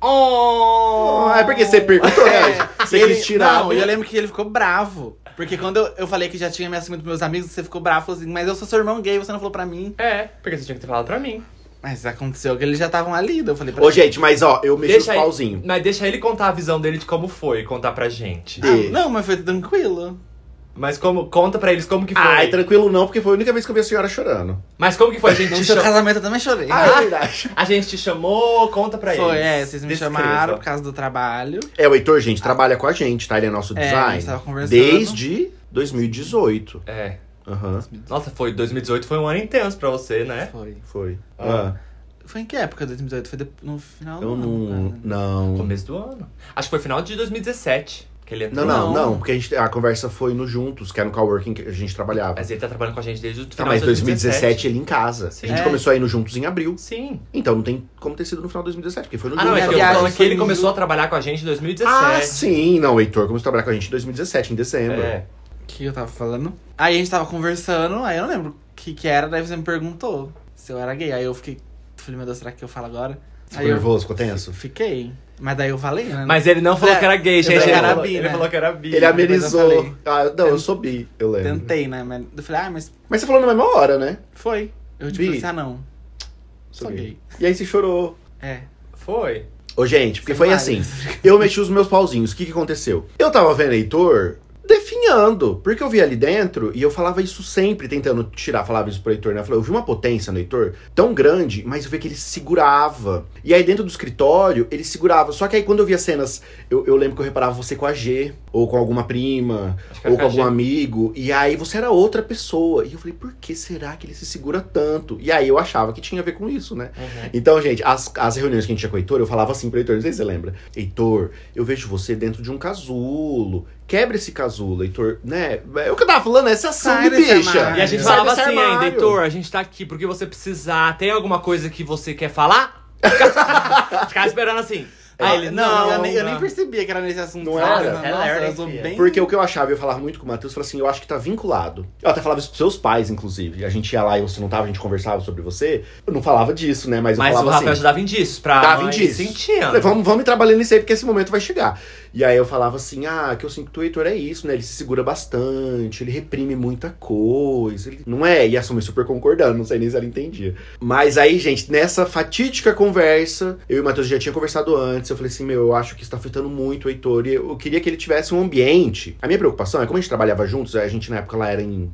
Speaker 2: Oh!
Speaker 1: Ah, é porque você perguntou, né? Você
Speaker 3: ele-
Speaker 1: quis tirar.
Speaker 3: Não, e eu lembro que ele ficou bravo. Porque quando eu, eu falei que já tinha me assumido pros meus amigos, você ficou bravo, falou assim, mas eu sou seu irmão gay, você não falou pra mim.
Speaker 2: É, porque você tinha que ter falado pra mim.
Speaker 3: Mas aconteceu que eles já estavam ali, daí eu falei pra
Speaker 1: Ô, gente, mas ó, eu mexi
Speaker 2: Deixa
Speaker 1: os
Speaker 2: aí.
Speaker 1: pauzinhos.
Speaker 2: Mas deixa ele contar a visão dele de como foi, contar pra gente.
Speaker 1: Ah.
Speaker 3: Ah, não, mas foi tranquilo.
Speaker 2: Mas como, conta pra eles como que foi.
Speaker 1: Ai, tranquilo não, porque foi a única vez que eu vi a senhora chorando.
Speaker 2: Mas como que foi, a gente
Speaker 3: No
Speaker 2: te
Speaker 3: seu
Speaker 2: chamou...
Speaker 3: casamento eu também chorei.
Speaker 1: Ah, é verdade.
Speaker 2: A gente te chamou, conta pra eles.
Speaker 3: foi, é, vocês me
Speaker 2: Descreva.
Speaker 3: chamaram por causa do trabalho.
Speaker 1: É, o Heitor, gente, trabalha com a gente, tá? Ele é nosso
Speaker 3: É, a
Speaker 1: design.
Speaker 3: gente tava conversando.
Speaker 1: desde 2018.
Speaker 2: É.
Speaker 1: Aham.
Speaker 2: Nossa, foi 2018 foi um ano intenso pra você,
Speaker 1: É?
Speaker 2: né?
Speaker 3: Foi.
Speaker 1: Foi.
Speaker 2: Ah.
Speaker 1: Ah,
Speaker 3: Foi em que época, 2018? Foi de- no final
Speaker 1: eu
Speaker 3: do
Speaker 1: não.
Speaker 3: ano. cara.
Speaker 1: Não.
Speaker 2: Começo do ano. Acho que foi final de 2017 que ele entrou.
Speaker 1: Não, não,
Speaker 3: Não.
Speaker 1: não. Porque a, gente- a conversa foi no Juntos, que era no coworking que a gente trabalhava.
Speaker 2: Mas ele tá trabalhando com a gente desde o
Speaker 1: Tá,
Speaker 2: final
Speaker 1: mas
Speaker 2: de
Speaker 1: 2017 ele em casa.
Speaker 2: Sim.
Speaker 1: A gente
Speaker 3: É.
Speaker 1: começou a ir no Juntos em abril.
Speaker 2: Sim.
Speaker 1: Então não tem como ter sido no final de 2017, porque foi no
Speaker 2: Ah, não,
Speaker 1: Juntos.
Speaker 2: é que eu tô
Speaker 3: viagem
Speaker 2: falando que
Speaker 3: foi
Speaker 2: ele
Speaker 3: em
Speaker 2: começou a trabalhar com a gente em 2017.
Speaker 1: Ah, sim. Não, o Heitor começou a trabalhar com a gente em 2017, em dezembro.
Speaker 2: É.
Speaker 3: que eu tava falando? Aí a gente tava conversando, aí eu não lembro o que que era, daí você me perguntou se eu era gay. Aí eu fiquei, falei, meu Deus, será que eu falo agora?
Speaker 1: Ficou
Speaker 3: Aí eu
Speaker 1: nervoso, ficou tenso?
Speaker 3: fiquei. Mas daí eu falei, né?
Speaker 2: Mas ele não falou
Speaker 3: É,
Speaker 2: que era gay,
Speaker 3: eu
Speaker 2: gente.
Speaker 1: falei
Speaker 2: Ele
Speaker 1: que era
Speaker 2: falou,
Speaker 3: bi,
Speaker 2: ele
Speaker 3: né?
Speaker 2: falou que era bi.
Speaker 1: Ele
Speaker 3: Mas eu
Speaker 1: amenizou.
Speaker 3: falei.
Speaker 1: Ah, não, eu sou bi, eu lembro.
Speaker 3: Tentei, né? Mas eu falei, ah, mas
Speaker 1: Mas você falou na mesma hora, né?
Speaker 3: foi. Eu
Speaker 1: Bi.
Speaker 3: tipo assim, ah, não.
Speaker 1: Sou
Speaker 3: Sou
Speaker 1: gay.
Speaker 3: gay.
Speaker 1: E aí você chorou.
Speaker 3: É.
Speaker 2: Foi.
Speaker 1: Ô, gente, porque
Speaker 3: Sem
Speaker 1: foi
Speaker 3: vários.
Speaker 1: assim. Eu mexi os meus pauzinhos. O que, que aconteceu? Eu tava vendo Heitor definhando. Porque eu vi ali dentro e eu falava isso sempre, tentando tirar, falava isso pro Heitor, né? Eu falei, eu vi uma potência no Heitor tão grande, mas eu vi que ele segurava. E aí dentro do escritório, ele segurava. Só que aí quando eu via cenas, eu, eu lembro que eu reparava você com a G, ou com alguma prima,
Speaker 2: Acho que
Speaker 1: ou
Speaker 2: era
Speaker 1: com algum
Speaker 2: KG.
Speaker 1: amigo, e aí você era outra pessoa. E eu falei, por que será que ele se segura tanto? E aí eu achava que tinha a ver com isso, né?
Speaker 2: Uhum.
Speaker 1: Então, gente, as, as reuniões que a gente tinha com o Heitor, eu falava assim pro Heitor, não sei se você lembra. Heitor, eu vejo você dentro de um casulo. Quebra esse casulo, Heitor, né? É o que eu tava falando, essa
Speaker 3: Sai
Speaker 1: sangue,
Speaker 3: desse
Speaker 1: bicha.
Speaker 3: armário.
Speaker 2: E a gente
Speaker 1: Sai
Speaker 2: falava
Speaker 1: desse
Speaker 2: assim
Speaker 1: armário.
Speaker 2: ainda, Heitor, a gente tá aqui porque você precisar. Tem alguma coisa que você quer falar? Ficava esperando assim. Aí ele, não,
Speaker 3: "Ah, eu, nem, eu nem
Speaker 2: não.
Speaker 3: percebia que era nesse
Speaker 1: Ah,
Speaker 3: assunto.
Speaker 1: Não
Speaker 3: sabe?
Speaker 1: era?
Speaker 3: Nossa,
Speaker 2: Ela era, é.
Speaker 3: eu sou
Speaker 2: hein,
Speaker 3: bem...
Speaker 1: Porque o que eu achava, eu falava muito com o Matheus, eu falava assim, eu acho que tá vinculado. Eu até falava isso pros seus pais, inclusive. A gente ia lá e você não tava, a gente conversava sobre você. Eu não falava disso, né? Mas eu
Speaker 2: Mas o
Speaker 1: falava
Speaker 2: Rafael
Speaker 1: assim.
Speaker 2: já dava indícios pra
Speaker 1: Dava
Speaker 2: mãe
Speaker 1: indícios. um-
Speaker 2: sentir,
Speaker 1: Falei,
Speaker 2: né?
Speaker 1: vamos, vamos ir trabalhando isso aí, porque esse momento vai chegar. E aí eu falava assim, ah, que eu sinto que o Heitor é isso, né? Ele se segura bastante, ele reprime muita coisa. ele- Não é? E a Sumi super concordando, não sei nem se ela entendia. Mas aí, gente, nessa fatídica conversa, eu e o Matheus já tinha conversado antes, eu falei assim, meu, eu acho que isso tá afetando muito o Heitor. E eu queria que ele tivesse um ambiente. A minha preocupação é, como a gente trabalhava juntos, a gente na época lá era em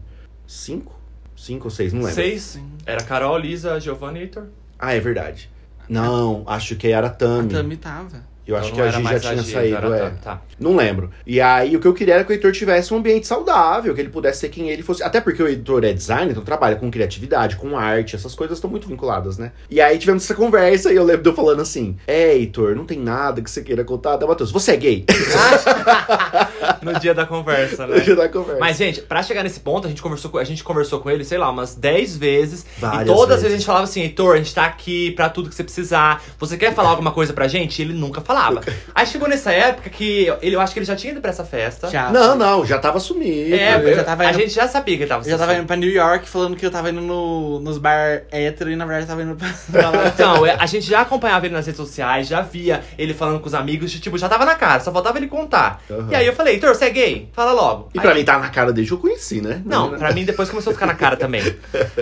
Speaker 1: cinco? Cinco ou seis, não lembro.
Speaker 2: Seis.
Speaker 3: Sim.
Speaker 2: Era Carol, Lisa, Giovanna e Heitor.
Speaker 1: Ah, é verdade. Não, acho que era a Tami.
Speaker 3: A Tami tava.
Speaker 1: Eu acho
Speaker 2: Então
Speaker 1: que
Speaker 2: não
Speaker 1: a
Speaker 2: era
Speaker 1: Gi já
Speaker 2: mais
Speaker 1: tinha
Speaker 2: Gi,
Speaker 1: saído,
Speaker 2: era-
Speaker 1: é.
Speaker 2: Tá.
Speaker 1: Não lembro. E aí o que eu queria era que o Heitor tivesse um ambiente saudável, que ele pudesse ser quem ele fosse. Até porque o Heitor é designer, então trabalha com criatividade, com arte, essas coisas estão muito vinculadas, né? E aí tivemos essa conversa e eu lembro de eu falando assim: É, Heitor, não tem nada que você queira contar. Não, Matheus, você é gay.
Speaker 2: tá. No dia da conversa, né?
Speaker 1: Ajudar a conversa.
Speaker 2: Mas, gente, pra chegar nesse ponto, a gente conversou com, a gente conversou com ele, sei lá, umas 10 vezes.
Speaker 1: Várias
Speaker 2: e todas
Speaker 1: vezes.
Speaker 2: as vezes a gente falava assim, Heitor, a gente tá aqui pra tudo que você precisar. Você quer falar alguma coisa pra gente? Ele nunca falava. Aí chegou nessa época que ele, eu acho que ele já tinha ido pra essa festa.
Speaker 3: Já.
Speaker 1: Não, não, já tava sumido.
Speaker 2: É,
Speaker 3: Eu já
Speaker 2: eu-
Speaker 3: tava
Speaker 2: a
Speaker 3: indo-
Speaker 2: gente já sabia que ele tava assim.
Speaker 3: Eu já tava indo pra New York falando que eu tava indo no, nos bar hétero e na verdade eu tava indo pra. pra lá.
Speaker 2: Então, é, a gente já acompanhava ele nas redes sociais, já via ele falando com os amigos, tipo, já tava na cara, só faltava ele contar.
Speaker 1: Aham.
Speaker 2: E aí eu falei, Heitor, você é gay? Fala logo.
Speaker 1: E
Speaker 2: Aí
Speaker 1: pra mim tá na cara desde que eu conheci, né?
Speaker 2: Não, pra mim depois começou a ficar na cara também.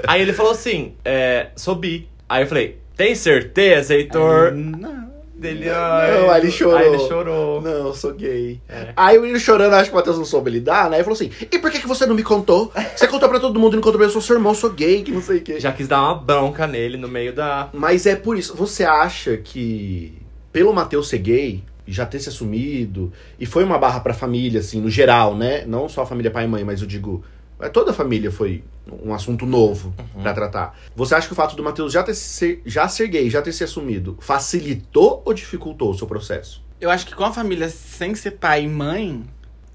Speaker 2: Aí ele falou assim: é, sou bi. Aí eu falei: tem certeza, Heitor?
Speaker 3: Não.
Speaker 2: Dele,
Speaker 1: Não,
Speaker 2: ai,
Speaker 1: não, aí ele chorou.
Speaker 2: Aí ele chorou.
Speaker 1: Não, eu sou gay.
Speaker 2: É.
Speaker 1: Aí o menino chorando, acho que o Matheus não soube lidar, né? Ele falou assim: E por que, que você não me contou? Você contou pra todo mundo e não contou pra mim, eu sou seu irmão, sou gay, que não sei o quê.
Speaker 2: Já quis dar uma bronca nele no meio da.
Speaker 1: Mas é por isso. Você acha que pelo Matheus ser gay, já ter se assumido, e foi uma barra pra família, assim, no geral, né? Não só a família pai e mãe, mas eu digo. é, Toda a família foi um assunto novo
Speaker 3: Uhum.
Speaker 1: pra tratar. Você acha que o fato do Matheus já, ter se- já ser gay, já ter se assumido, facilitou ou dificultou o seu processo?
Speaker 3: Eu acho que com a família sem ser pai e mãe.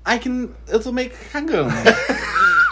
Speaker 3: Ai, que n- eu tô meio que cagando.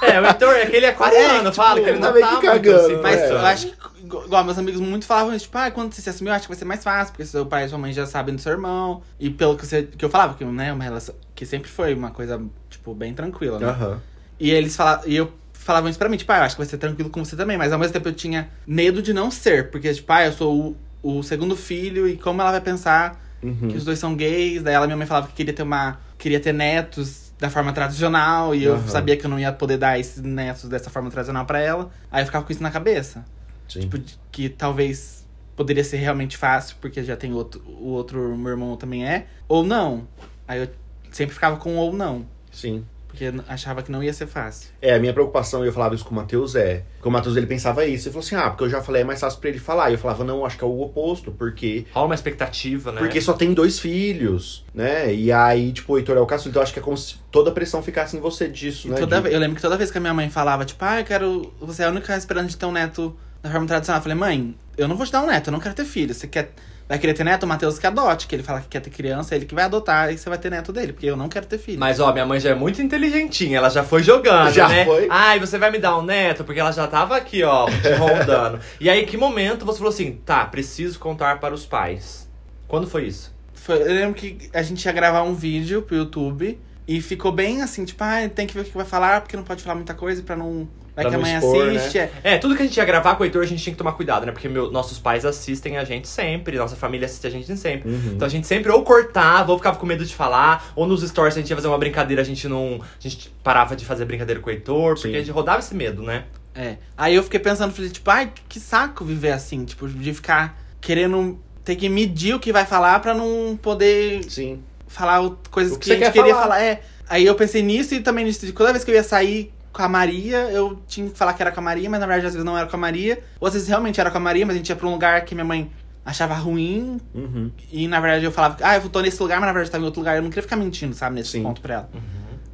Speaker 2: É, o Heitor é que ele é aquariano,
Speaker 3: É,
Speaker 2: fala,
Speaker 3: tipo,
Speaker 2: que ele
Speaker 1: tá
Speaker 2: não
Speaker 1: meio
Speaker 2: tá
Speaker 1: que
Speaker 2: muito
Speaker 1: cagando,
Speaker 2: assim,
Speaker 3: Mas
Speaker 1: É.
Speaker 3: eu acho que, igual meus amigos muito falavam isso, tipo, ah, quando você se assumir, eu acho que vai ser mais fácil, porque seu pai e sua mãe já sabem do seu irmão. E pelo que, você, que eu falava, que, né, uma relação. Que sempre foi uma coisa, tipo, bem tranquila, né?
Speaker 1: Aham.
Speaker 3: E eles falavam. E eu falavam isso pra mim, tipo, ah, eu acho que vai ser tranquilo com você também. Mas ao mesmo tempo eu tinha medo de não ser. Porque, tipo, ah, eu sou o, o segundo filho e como ela vai pensar
Speaker 1: Uhum.
Speaker 3: que os dois são gays. Daí ela, minha mãe falava que queria ter uma. queria ter netos da forma tradicional. E
Speaker 1: Aham.
Speaker 3: eu sabia que eu não ia poder dar esses netos dessa forma tradicional pra ela. Aí eu ficava com isso na cabeça.
Speaker 1: Sim.
Speaker 3: Tipo, de- que talvez poderia ser realmente fácil, porque já tem outro. O outro meu irmão também é. Ou não. Aí eu sempre ficava com ou não.
Speaker 1: Sim.
Speaker 3: Porque eu achava que não ia ser fácil.
Speaker 1: É, a minha preocupação, e eu falava isso com o Matheus, é. Porque o Matheus ele pensava isso. Ele falou assim: ah, porque eu já falei, é mais fácil pra ele falar. E eu falava, não, acho que é o oposto, porque.
Speaker 2: Rola uma expectativa, né?
Speaker 1: Porque só tem dois filhos, né? E aí, tipo, o Heitor é o caçudo, então eu acho que é como se toda a pressão ficasse em você disso,
Speaker 3: E
Speaker 1: né?
Speaker 3: toda
Speaker 1: de-
Speaker 3: ve- eu lembro que toda vez que a minha mãe falava, tipo, ah, eu quero. Você é a única esperando de ter um neto da forma tradicional. Eu falei, mãe, eu não vou te dar um neto, eu não quero ter filho. Você quer. Vai querer ter neto? O Matheus que adote, que ele fala que quer ter criança, ele que vai adotar e você vai ter neto dele, porque eu não quero ter filho.
Speaker 2: Mas ó, minha mãe já é muito inteligentinha, ela já foi jogando,
Speaker 1: Já
Speaker 2: né?
Speaker 1: foi.
Speaker 2: Ai, você vai me dar um neto? Porque ela já tava aqui, ó, te rondando. e aí, que momento você falou assim, tá, preciso contar para os pais. Quando foi isso?
Speaker 3: Foi- eu lembro que a gente ia gravar um vídeo pro YouTube E ficou bem assim, tipo, ah, tem que ver o que vai falar, porque não pode falar muita coisa pra não. Vai
Speaker 1: Pra
Speaker 3: que
Speaker 1: não
Speaker 3: amanhã
Speaker 1: expor, né?"
Speaker 3: assiste. é.
Speaker 2: É, tudo que a gente ia gravar com o Heitor, a gente tinha que tomar cuidado, né? Porque meu- nossos pais assistem a gente sempre, nossa família assiste a gente sempre.
Speaker 1: Uhum.
Speaker 2: Então a gente sempre ou cortava, ou ficava com medo de falar, ou nos stories a gente ia fazer uma brincadeira, a gente não. A gente parava de fazer brincadeira com o Heitor, porque
Speaker 1: Sim.
Speaker 2: a gente rodava esse medo, né?
Speaker 3: É. Aí eu fiquei pensando, falei, tipo, ai, que saco viver assim, tipo, de ficar querendo ter que medir o que vai falar pra não poder
Speaker 1: Sim.
Speaker 3: falar o- coisas
Speaker 1: O
Speaker 3: que,
Speaker 1: que
Speaker 3: a
Speaker 1: você
Speaker 3: gente
Speaker 1: quer
Speaker 3: queria
Speaker 1: falar.
Speaker 3: falar. É. Aí eu pensei nisso e também nisso de toda vez que eu ia sair com a Maria, eu tinha que falar que era com a Maria, mas na verdade às vezes não era com a Maria. Ou às vezes realmente era com a Maria, mas a gente ia pra um lugar que minha mãe achava ruim.
Speaker 1: Uhum.
Speaker 3: E na verdade eu falava, ah, eu tô nesse lugar, mas na verdade eu tava em outro lugar. Eu não queria ficar mentindo, sabe, nesse
Speaker 1: Sim.
Speaker 3: ponto pra ela.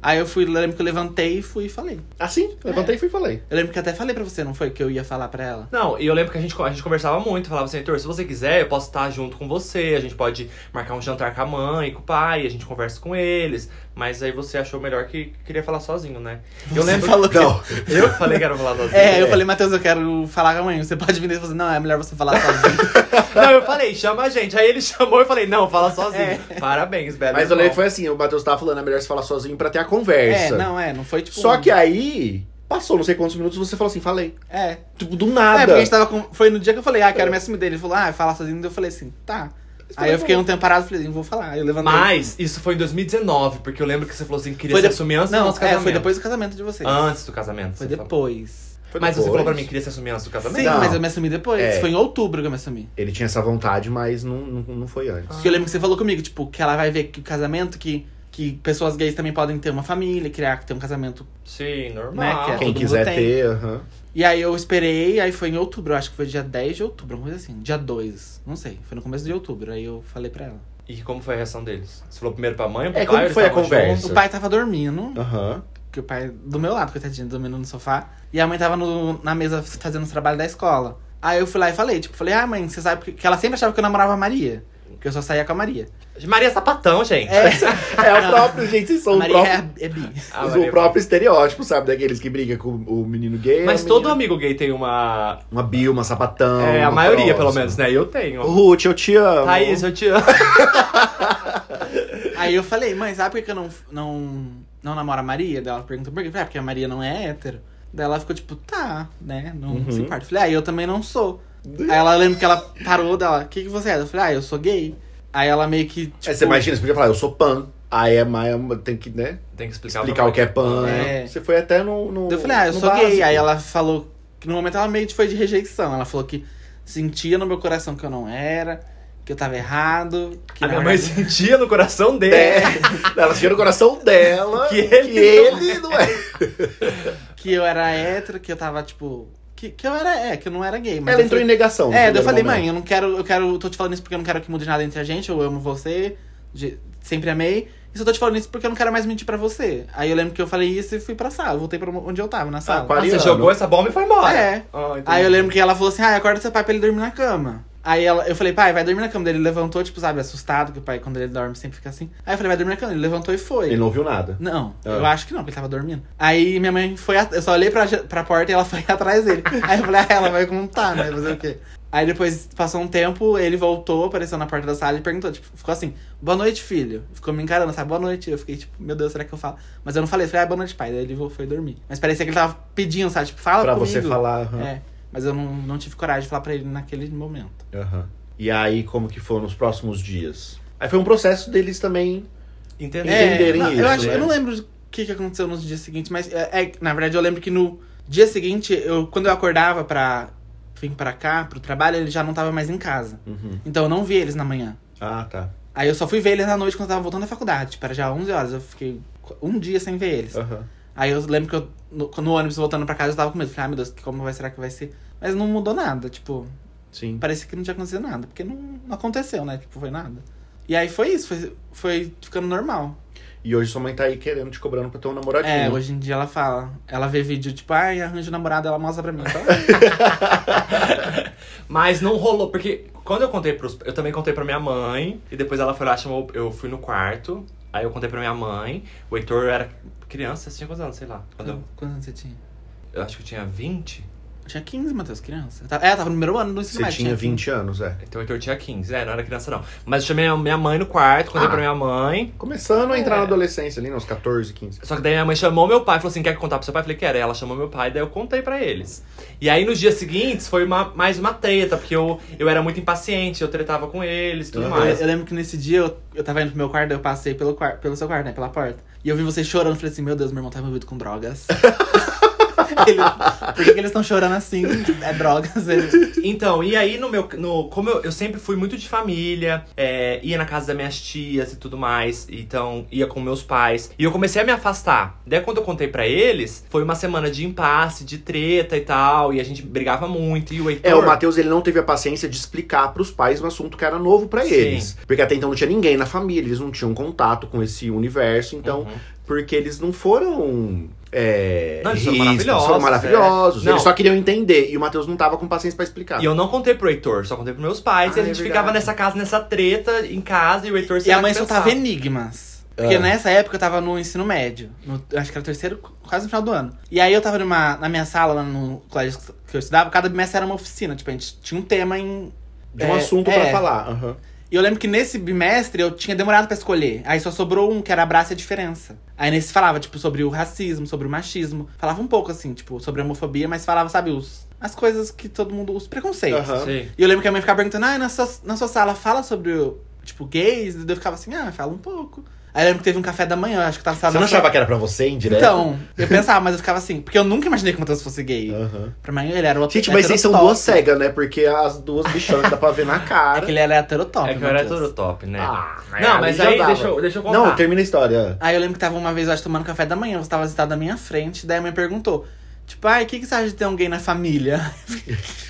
Speaker 3: Aí eu fui, lembro que eu levantei e fui e falei.
Speaker 1: Assim, levantei e fui e falei.
Speaker 3: Eu lembro que até falei pra você, não foi? Que eu ia falar pra ela.
Speaker 2: Não, e eu lembro que a gente, a gente conversava muito, falava assim, Heitor, se você quiser, eu posso estar junto com você, a gente pode marcar um jantar com a mãe, com o pai, a gente conversa com eles. Mas aí você achou melhor que queria falar sozinho, né? Eu lembro.
Speaker 3: falou que-
Speaker 1: Não.
Speaker 2: Eu falei que era falar sozinho.
Speaker 3: É, eu falei, Matheus, eu quero falar com a mãe. Você pode vir e você não, é melhor você falar sozinho.
Speaker 2: Não, eu falei, chama a gente. Aí ele chamou e eu falei, não, fala sozinho. Parabéns, Bela.
Speaker 1: Mas eu
Speaker 2: irmão.
Speaker 1: lembro que foi assim, o Matheus tava falando, é melhor você falar sozinho pra ter a
Speaker 3: é,
Speaker 1: conversa.
Speaker 3: não, é, não foi tipo.
Speaker 1: Só
Speaker 3: um-
Speaker 1: que aí, passou não sei quantos minutos, você falou assim, falei.
Speaker 3: É.
Speaker 1: Tipo, do
Speaker 3: É,
Speaker 1: nada.
Speaker 3: porque a gente tava com. Foi no dia que eu falei, ah, quero me assumir dele. Ele falou, ah, falar sozinho. Daí Eu falei assim, tá. Aí eu fiquei um tempo parado e falei, não vou falar. Aí eu levantei.
Speaker 2: Mas isso foi em 2019, porque eu lembro que você falou assim, queria
Speaker 3: Foi
Speaker 2: se
Speaker 3: de-
Speaker 2: assumir antes do
Speaker 3: não,
Speaker 2: nosso
Speaker 3: é,
Speaker 2: casamento.
Speaker 3: foi depois do casamento de vocês.
Speaker 2: Antes do casamento.
Speaker 3: Foi
Speaker 2: você falou.
Speaker 3: depois.
Speaker 1: Foi
Speaker 2: Mas você
Speaker 1: depois.
Speaker 2: falou pra mim que queria se assumir antes do casamento?
Speaker 3: Sim,
Speaker 1: Não.
Speaker 3: mas eu me assumi depois.
Speaker 1: É.
Speaker 3: Foi em outubro que eu me assumi.
Speaker 1: Ele tinha essa vontade, mas não, não, não foi antes.
Speaker 3: Porque eu lembro que você falou comigo, tipo, que ela vai ver que o casamento, que, que pessoas gays também podem ter uma família, criar, ter um casamento.
Speaker 2: Sim,
Speaker 3: Né,
Speaker 2: normal.
Speaker 3: que é-
Speaker 1: Quem
Speaker 3: todo mundo
Speaker 1: quiser
Speaker 3: tem.
Speaker 1: ter, aham.
Speaker 3: E aí eu esperei, aí foi em outubro, eu acho que foi dia 10 de outubro, alguma coisa assim. Dia 2, não sei. Foi no começo de outubro, aí eu falei pra ela.
Speaker 2: E como foi a reação deles? Você falou primeiro pra mãe, pro
Speaker 1: É,
Speaker 2: pai?
Speaker 1: como
Speaker 2: eles
Speaker 1: foi a
Speaker 2: estavam
Speaker 1: conversa?
Speaker 3: O pai tava dormindo,
Speaker 1: Aham.
Speaker 3: que o pai é do meu lado, coitadinho, dormindo no sofá. E a mãe tava no- na mesa fazendo os trabalhos da escola. Aí eu fui lá e falei, tipo, falei, ah, mãe, você sabe que, que ela sempre achava que eu namorava a Maria. Que eu só saía com a Maria.
Speaker 2: juntos? Maria Sapatão, gente.
Speaker 3: É,
Speaker 1: É o próprio, gente, vocês
Speaker 3: a
Speaker 1: são o
Speaker 3: Maria
Speaker 1: próprio,
Speaker 3: é, é bi.
Speaker 2: Ah,
Speaker 1: o
Speaker 2: Maria-
Speaker 1: próprio estereótipo, sabe? Daqueles que brigam com o é menino gay.
Speaker 2: Mas
Speaker 1: a
Speaker 2: todo
Speaker 1: menina-
Speaker 2: amigo gay tem uma.
Speaker 1: Uma Bill, uma sapatão.
Speaker 2: é, a
Speaker 1: uma
Speaker 2: maioria,
Speaker 1: próxima.
Speaker 2: pelo menos, né? Eu tenho.
Speaker 1: Ruth, eu te amo.
Speaker 2: Thaís, eu te amo.
Speaker 3: Aí eu falei, mãe, sabe por que que eu não, não, não namoro a Maria? Daí ela perguntou por quê. Eu falei, ah, porque a Maria não é hétero. Daí ela ficou tipo, tá, né? Não
Speaker 1: Uhum.
Speaker 3: se importa. Eu falei, ah, eu também não sou. Aí ela lembra que ela parou dela, o que, que você é? Eu falei, ah, eu sou gay. Aí ela meio que. Tipo,
Speaker 1: É, você imagina, você podia falar, eu sou pan. Aí é a Maia tem que, né,
Speaker 2: Tem que explicar,
Speaker 1: explicar o que é pan.
Speaker 3: É.
Speaker 1: né? Você foi até no. no
Speaker 3: Daí Eu falei, ah, eu
Speaker 1: no
Speaker 3: sou gay.
Speaker 1: básico.
Speaker 3: Aí ela falou que no momento ela meio que foi de rejeição. Ela falou que sentia no meu coração que eu não era, que eu tava errado. Que
Speaker 2: A
Speaker 3: na
Speaker 2: minha mãe
Speaker 3: verdade-
Speaker 2: sentia no coração dele.
Speaker 1: É. Ela sentiu no coração dela
Speaker 2: Que ele
Speaker 1: ele não é.
Speaker 3: que eu era hétero, que eu tava, tipo. Que, que eu era, é, que eu não era gay. Mas
Speaker 1: Ela
Speaker 3: eu
Speaker 1: entrou
Speaker 3: falei-
Speaker 1: em negação. no
Speaker 3: É, daí eu
Speaker 1: primeiro
Speaker 3: falei,
Speaker 1: momento.
Speaker 3: mãe, eu não quero, eu quero, tô te falando isso porque eu não quero que mude nada entre a gente, eu amo você, de- sempre amei. E só tô te falando isso porque eu não quero mais mentir pra você. Aí eu lembro que eu falei isso e fui pra sala, eu voltei pra onde eu tava, na sala.
Speaker 1: quase-
Speaker 2: Ah, você
Speaker 1: Ariano.
Speaker 2: jogou essa bomba e foi embora.
Speaker 3: É.
Speaker 2: Ah, entendi.
Speaker 3: Aí eu lembro que ela falou assim, ah, acorda seu pai pra ele dormir na cama. Aí ela, eu falei, pai, vai dormir na cama. Daí ele levantou, tipo, sabe, assustado, que o pai, quando ele dorme, sempre fica assim. Aí eu falei, vai dormir na cama. Ele levantou e foi.
Speaker 1: Ele não viu nada.
Speaker 3: Não,
Speaker 1: Ah.
Speaker 3: eu acho que não, porque ele tava dormindo. Aí minha mãe foi. at- Eu só olhei pra, ja- pra porta e ela foi atrás dele. Aí eu falei, ah, ela vai contar, né? Fazer o quê? Aí depois passou um tempo, ele voltou, apareceu na porta da sala e perguntou, tipo, ficou assim, boa noite, filho. Ficou me encarando, sabe, boa noite. Eu fiquei, tipo, meu Deus, será que eu falo? Mas eu não falei, eu falei, ah, boa noite, pai. Daí ele vo- foi dormir. Mas parecia que ele tava pedindo, sabe, tipo, fala
Speaker 1: pra
Speaker 3: comigo.
Speaker 1: você falar. aham,
Speaker 3: É, mas eu não, não tive coragem de falar pra ele naquele momento.
Speaker 1: aham. E aí, como que foram os próximos dias? Aí foi um processo deles também.
Speaker 2: Entendi.
Speaker 1: Entenderem
Speaker 3: É, não,
Speaker 1: isso,
Speaker 3: Eu, acho,
Speaker 1: né?
Speaker 3: eu não lembro o que, que aconteceu nos dias seguintes, mas é, é, na verdade eu lembro que no dia seguinte, eu, quando eu acordava pra vir pra cá, pro trabalho, ele já não tava mais em casa.
Speaker 1: Uhum.
Speaker 3: Então eu não vi eles na manhã.
Speaker 1: Ah, tá.
Speaker 3: Aí eu só fui ver eles na noite quando eu tava voltando da faculdade. Tipo, era já 11 horas. Eu fiquei qu- um dia sem ver eles.
Speaker 1: Aham.
Speaker 3: Aí eu lembro que eu, no, no ônibus voltando pra casa, eu tava com medo. Falei, ah, meu Deus, que- como vai, será que vai ser? Mas não mudou nada. Tipo,
Speaker 1: Sim.
Speaker 3: Parecia que não tinha acontecido nada, porque não, não aconteceu, né? Tipo, foi nada. E aí foi isso, foi, foi ficando normal.
Speaker 1: E hoje sua mãe tá aí querendo te cobrando pra ter um namoradinho.
Speaker 3: É, hoje em dia ela fala. Ela vê vídeo, tipo, ai, arranjo namorado, ela mostra pra mim. Então,
Speaker 2: Mas não rolou, porque quando eu contei pros. Eu também contei pra minha mãe, e depois ela foi lá, chamou. Eu fui no quarto, aí eu contei pra minha mãe. O Heitor era criança, tinha quantos anos, sei lá. Quando eu,
Speaker 3: quantos anos você tinha?
Speaker 2: eu acho que eu tinha 20.
Speaker 3: Acho Tinha 15, Matheus, criança. Eu tava- É, eu tava no primeiro ano do ensino
Speaker 1: Você
Speaker 3: médio.
Speaker 1: tinha 20 anos, é.
Speaker 2: Então o Heitor tinha 15, é, não era criança não. Mas eu chamei a minha mãe no quarto, contei
Speaker 1: Ah.
Speaker 2: pra minha mãe.
Speaker 1: Começando a entrar
Speaker 2: É.
Speaker 1: na adolescência ali, né? Uns 14, 15.
Speaker 2: Só que daí minha mãe chamou meu pai, falou assim: quer contar pro seu pai? Eu falei, quero. Aí Ela chamou meu pai, daí eu contei pra eles. E aí nos dias seguintes foi uma- mais uma treta, porque eu, eu era muito impaciente, eu tretava com eles e tudo
Speaker 1: Uhum.
Speaker 2: mais.
Speaker 3: Eu, eu lembro que nesse dia eu, eu tava indo pro meu quarto, eu passei pelo, quarto, pelo seu quarto, né? Pela porta. E eu vi você chorando, falei assim, meu Deus, meu irmão tá envolvido com drogas. Ele- por que, que eles estão chorando assim? É drogas. Ele,
Speaker 2: Então, e aí no meu. No, como eu, eu sempre fui muito de família, é, ia na casa das minhas tias e tudo mais, então ia com meus pais. E eu comecei a me afastar. Daí quando eu contei pra eles, foi uma semana de impasse, de treta e tal, e a gente brigava muito. E o Heitor.
Speaker 1: É, o Matheus ele não teve a paciência de explicar pros pais um assunto que era novo pra
Speaker 2: Sim.
Speaker 1: eles. Porque até então não tinha ninguém na família, eles não tinham contato com esse universo, então,
Speaker 2: Uhum.
Speaker 1: porque eles não foram. É,
Speaker 2: Não, eles foram
Speaker 1: ríspidos,
Speaker 2: maravilhosos,
Speaker 1: foram maravilhosos.
Speaker 2: é. Não.
Speaker 1: Eles só queriam entender. E o Matheus não tava com paciência pra explicar.
Speaker 2: E eu não contei pro Heitor, só contei pros meus pais.
Speaker 1: Tá. Ah,
Speaker 2: e a gente
Speaker 1: é verdade.
Speaker 2: ficava nessa casa, nessa treta em casa, e o Heitor
Speaker 3: e
Speaker 2: sei lá,
Speaker 3: a mãe
Speaker 2: que
Speaker 3: soltava
Speaker 2: pensava.
Speaker 3: enigmas. Porque
Speaker 1: Ah.
Speaker 3: nessa época eu tava no ensino médio. no- eu acho que era o terceiro, quase no final do ano. E aí eu tava numa, na minha sala, lá no colégio que eu estudava, cada bimestre era uma oficina. Tipo, a gente tinha um tema em,
Speaker 1: De um
Speaker 3: É,
Speaker 1: assunto
Speaker 3: é.
Speaker 1: pra falar. aham.
Speaker 3: E eu lembro que nesse bimestre eu tinha demorado pra escolher. Aí só sobrou um, que era abraço e a diferença. Aí nesse falava, tipo, sobre o racismo, sobre o machismo. Falava um pouco, assim, tipo, sobre a homofobia, mas falava, sabe, os, as coisas que todo mundo. os preconceitos.
Speaker 1: Aham.
Speaker 2: Sim.
Speaker 3: E eu lembro que a minha ficava perguntando, ah, na sua, na sua sala fala sobre, o, tipo, gays? E eu ficava assim, ah, fala um pouco. Aí eu lembro que teve um café da manhã, eu acho que
Speaker 2: Tá
Speaker 3: tava
Speaker 1: Você
Speaker 3: sala
Speaker 1: não
Speaker 3: na
Speaker 1: achava que era pra você, indireto?
Speaker 3: Então, eu pensava, mas eu ficava assim, porque eu nunca imaginei que o Matheus fosse gay.
Speaker 1: Aham.
Speaker 3: Pra mim, ele era o
Speaker 1: Ah. Gente, mas vocês são duas cegas, né? Porque as duas bichonas dá pra ver na
Speaker 3: É
Speaker 1: cara.
Speaker 3: que ele era heterotop.
Speaker 2: É que eu era
Speaker 3: Matheus.
Speaker 2: todo top, né?
Speaker 1: Ah,
Speaker 2: não, mas
Speaker 1: já
Speaker 2: aí
Speaker 1: dava.
Speaker 2: deixa eu, deixa eu contar.
Speaker 1: Não, termina a história.
Speaker 3: Aí eu lembro que tava uma vez, eu acho, tomando café da manhã, você tava sentado na minha frente, daí a mãe perguntou, tipo, ai, o que, que você acha de ter um gay na família?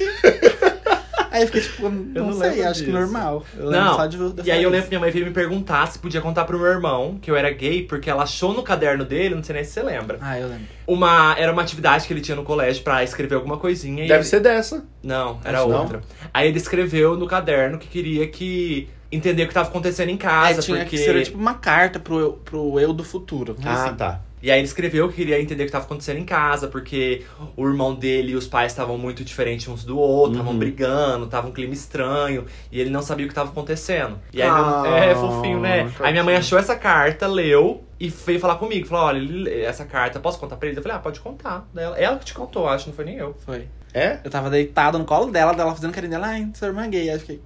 Speaker 3: aí eu fiquei tipo, não,
Speaker 2: não
Speaker 3: sei,
Speaker 2: lembro
Speaker 3: acho que
Speaker 2: disso.
Speaker 3: normal. Eu lembro
Speaker 2: Não,
Speaker 3: só de, de
Speaker 2: e aí eu lembro que minha mãe veio me perguntar se podia contar pro meu irmão que eu era gay, porque ela achou no caderno dele, não sei nem se você lembra,
Speaker 3: Ah, eu lembro.
Speaker 2: uma, era uma atividade que ele tinha no colégio pra escrever alguma coisinha. e
Speaker 1: Deve
Speaker 2: ele-
Speaker 1: ser dessa.
Speaker 2: Não, era
Speaker 1: Acho não.
Speaker 2: outra. Aí ele escreveu no caderno que queria que entender o que tava acontecendo em
Speaker 3: Aí
Speaker 2: casa,
Speaker 3: tinha
Speaker 2: porque...
Speaker 3: que ser tipo uma carta pro eu, pro eu do futuro.
Speaker 1: Ah,
Speaker 3: assim.
Speaker 1: tá.
Speaker 2: E aí ele escreveu que queria entender o que estava acontecendo em casa, porque o irmão dele e os pais estavam muito diferentes uns do outro, estavam
Speaker 1: Uhum.
Speaker 2: brigando, tava um clima estranho, e ele não sabia o que estava acontecendo. E aí
Speaker 1: Ah,
Speaker 2: meu- é fofinho, né?
Speaker 1: tadinho.
Speaker 2: Aí minha mãe achou essa carta, leu e veio falar comigo, falou: "Olha, ele- essa carta, posso contar pra ele?" Eu falei: "Ah, pode contar". Daí Ela, ela que te contou, acho, não foi nem eu.
Speaker 3: Foi.
Speaker 1: É?
Speaker 3: Eu tava deitado no colo dela, dela fazendo carinho dela, ai, sua irmã é gay. Aí eu fiquei,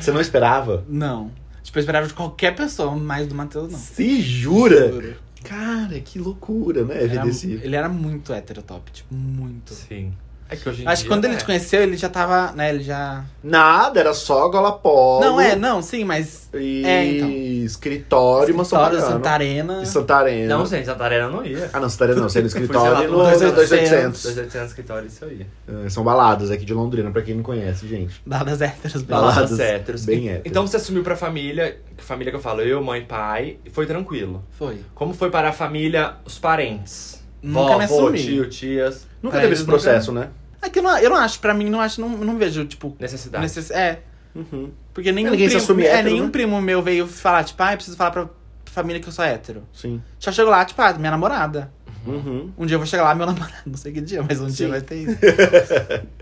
Speaker 1: Você não esperava?
Speaker 3: não. Tipo, eu esperava de qualquer pessoa, mas do Matheus não.
Speaker 1: Se
Speaker 2: É,
Speaker 1: jura?
Speaker 3: Juro.
Speaker 1: Cara, que loucura, né?
Speaker 3: Era-
Speaker 1: Evidencido.
Speaker 3: ele era muito heterotop, tipo, muito.
Speaker 2: Sim. É que hoje em
Speaker 3: Acho que
Speaker 2: dia,
Speaker 3: quando ele
Speaker 2: é.
Speaker 3: te conheceu, ele já tava, né, ele já...
Speaker 1: Nada, era só gola polo.
Speaker 3: Não, é, não, sim, mas.
Speaker 1: E
Speaker 3: É, então.
Speaker 1: escritório, uma
Speaker 3: Vitória,
Speaker 1: Santa
Speaker 3: Santarena.
Speaker 1: E Santarena.
Speaker 2: Não, gente, a tarefa não ia.
Speaker 1: Ah, não, Santarena não. Você é no
Speaker 2: Fui,
Speaker 1: escritório
Speaker 2: sei lá,
Speaker 1: e
Speaker 2: no
Speaker 1: no 2800.
Speaker 2: 200 escritórios, isso aí.
Speaker 1: Ah, São baladas aqui de Londrina, pra quem não conhece, gente.
Speaker 3: Dadas héteras, bem.
Speaker 1: Baladas.
Speaker 2: Baladas héteros.
Speaker 1: bem héteros.
Speaker 2: Então você assumiu pra família, que família que eu falo, eu, mãe, pai, e foi tranquilo.
Speaker 3: Foi.
Speaker 2: Como foi para a família, os parentes?
Speaker 3: Nunca
Speaker 2: Vó,
Speaker 3: me
Speaker 2: vô,
Speaker 3: assumi.
Speaker 2: tio, tias,
Speaker 1: Nunca
Speaker 3: Pra
Speaker 1: teve
Speaker 3: eles
Speaker 1: esse
Speaker 3: nunca-
Speaker 1: processo, né?
Speaker 3: É que eu não, eu não acho, pra mim, não acho, não, não vejo, tipo.
Speaker 2: necessidade.
Speaker 3: Necess... É.
Speaker 1: Uhum.
Speaker 3: Porque nenhum,
Speaker 1: ninguém se
Speaker 3: primo,
Speaker 1: assume
Speaker 3: é,
Speaker 1: hétero,
Speaker 3: nenhum
Speaker 1: né?
Speaker 3: primo meu veio falar, tipo, ah, eu preciso falar pra família que eu sou hétero.
Speaker 1: Sim.
Speaker 3: Já chego lá, tipo, ah, minha namorada.
Speaker 1: Uhum.
Speaker 3: Um dia eu vou chegar lá, meu namorado. Não sei que dia, mas um dia
Speaker 1: Sim.
Speaker 3: vai ter isso.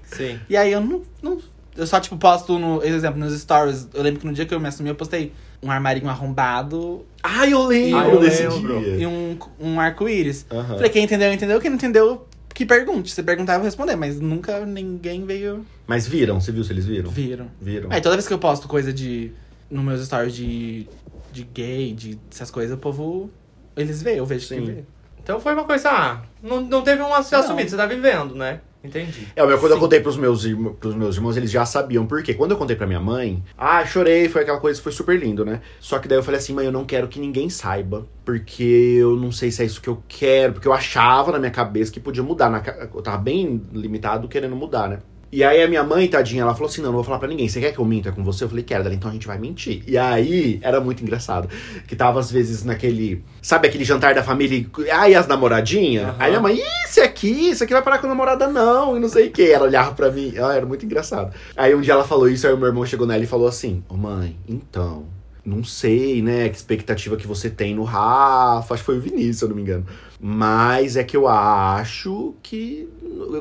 Speaker 2: Sim.
Speaker 3: E aí eu não. não eu só, tipo, posto, no, exemplo, nos stories. Eu lembro que no dia que eu me assumi, eu postei um armarinho arrombado um,
Speaker 1: Ah, eu lembro
Speaker 2: Ah, eu
Speaker 1: desse
Speaker 2: lembro.
Speaker 1: dia. Tá.
Speaker 3: e um, um arco-íris.
Speaker 1: Aham.
Speaker 3: Falei, quem entendeu, entendeu. Quem não entendeu, que pergunte. Se perguntar, eu vou responder. Mas nunca ninguém veio.
Speaker 1: Mas viram? Você viu se eles viram?
Speaker 3: Viram.
Speaker 1: Viram.
Speaker 2: É,
Speaker 3: Aí É, toda vez que eu posto coisa de. nos meus stories de. de gay, de essas coisas, o povo. Eles veem, eu vejo quem
Speaker 1: Sim.
Speaker 3: vê.
Speaker 2: Então foi uma coisa, ah, não, não teve um assunto
Speaker 3: Não.
Speaker 2: assumido, você tá vivendo, né? Entendi.
Speaker 1: É, mas quando eu contei pros meus, irm- pros meus irmãos, eles já sabiam. Por quê? Quando eu contei pra minha mãe, ah, chorei, foi aquela coisa, foi super lindo, né? Só que daí eu falei assim, mãe, eu não quero que ninguém saiba. Porque eu não sei se é isso que eu quero. Porque eu achava na minha cabeça que podia mudar. na ca- eu tava bem limitado querendo mudar, né? E aí a minha mãe, tadinha, ela falou assim, não, não vou falar pra ninguém. Você quer que eu minta com você? Eu falei, quero. Ela, então a gente vai mentir. E aí, era muito engraçado. Que tava, às vezes, naquele... Sabe aquele jantar da família? e- Ah, e as namoradinhas?
Speaker 2: Aham.
Speaker 1: Aí minha mãe, "Ih, esse aqui, isso aqui vai parar com a namorada não. E não sei o que. Ela olhava pra mim. Ah, era muito engraçado. Aí um dia ela falou isso, aí o meu irmão chegou nela e falou assim, ô mãe, então... Não sei, né, que expectativa que você tem no Rafa. Acho que foi o Vinícius, se eu não me engano. Mas é que eu acho que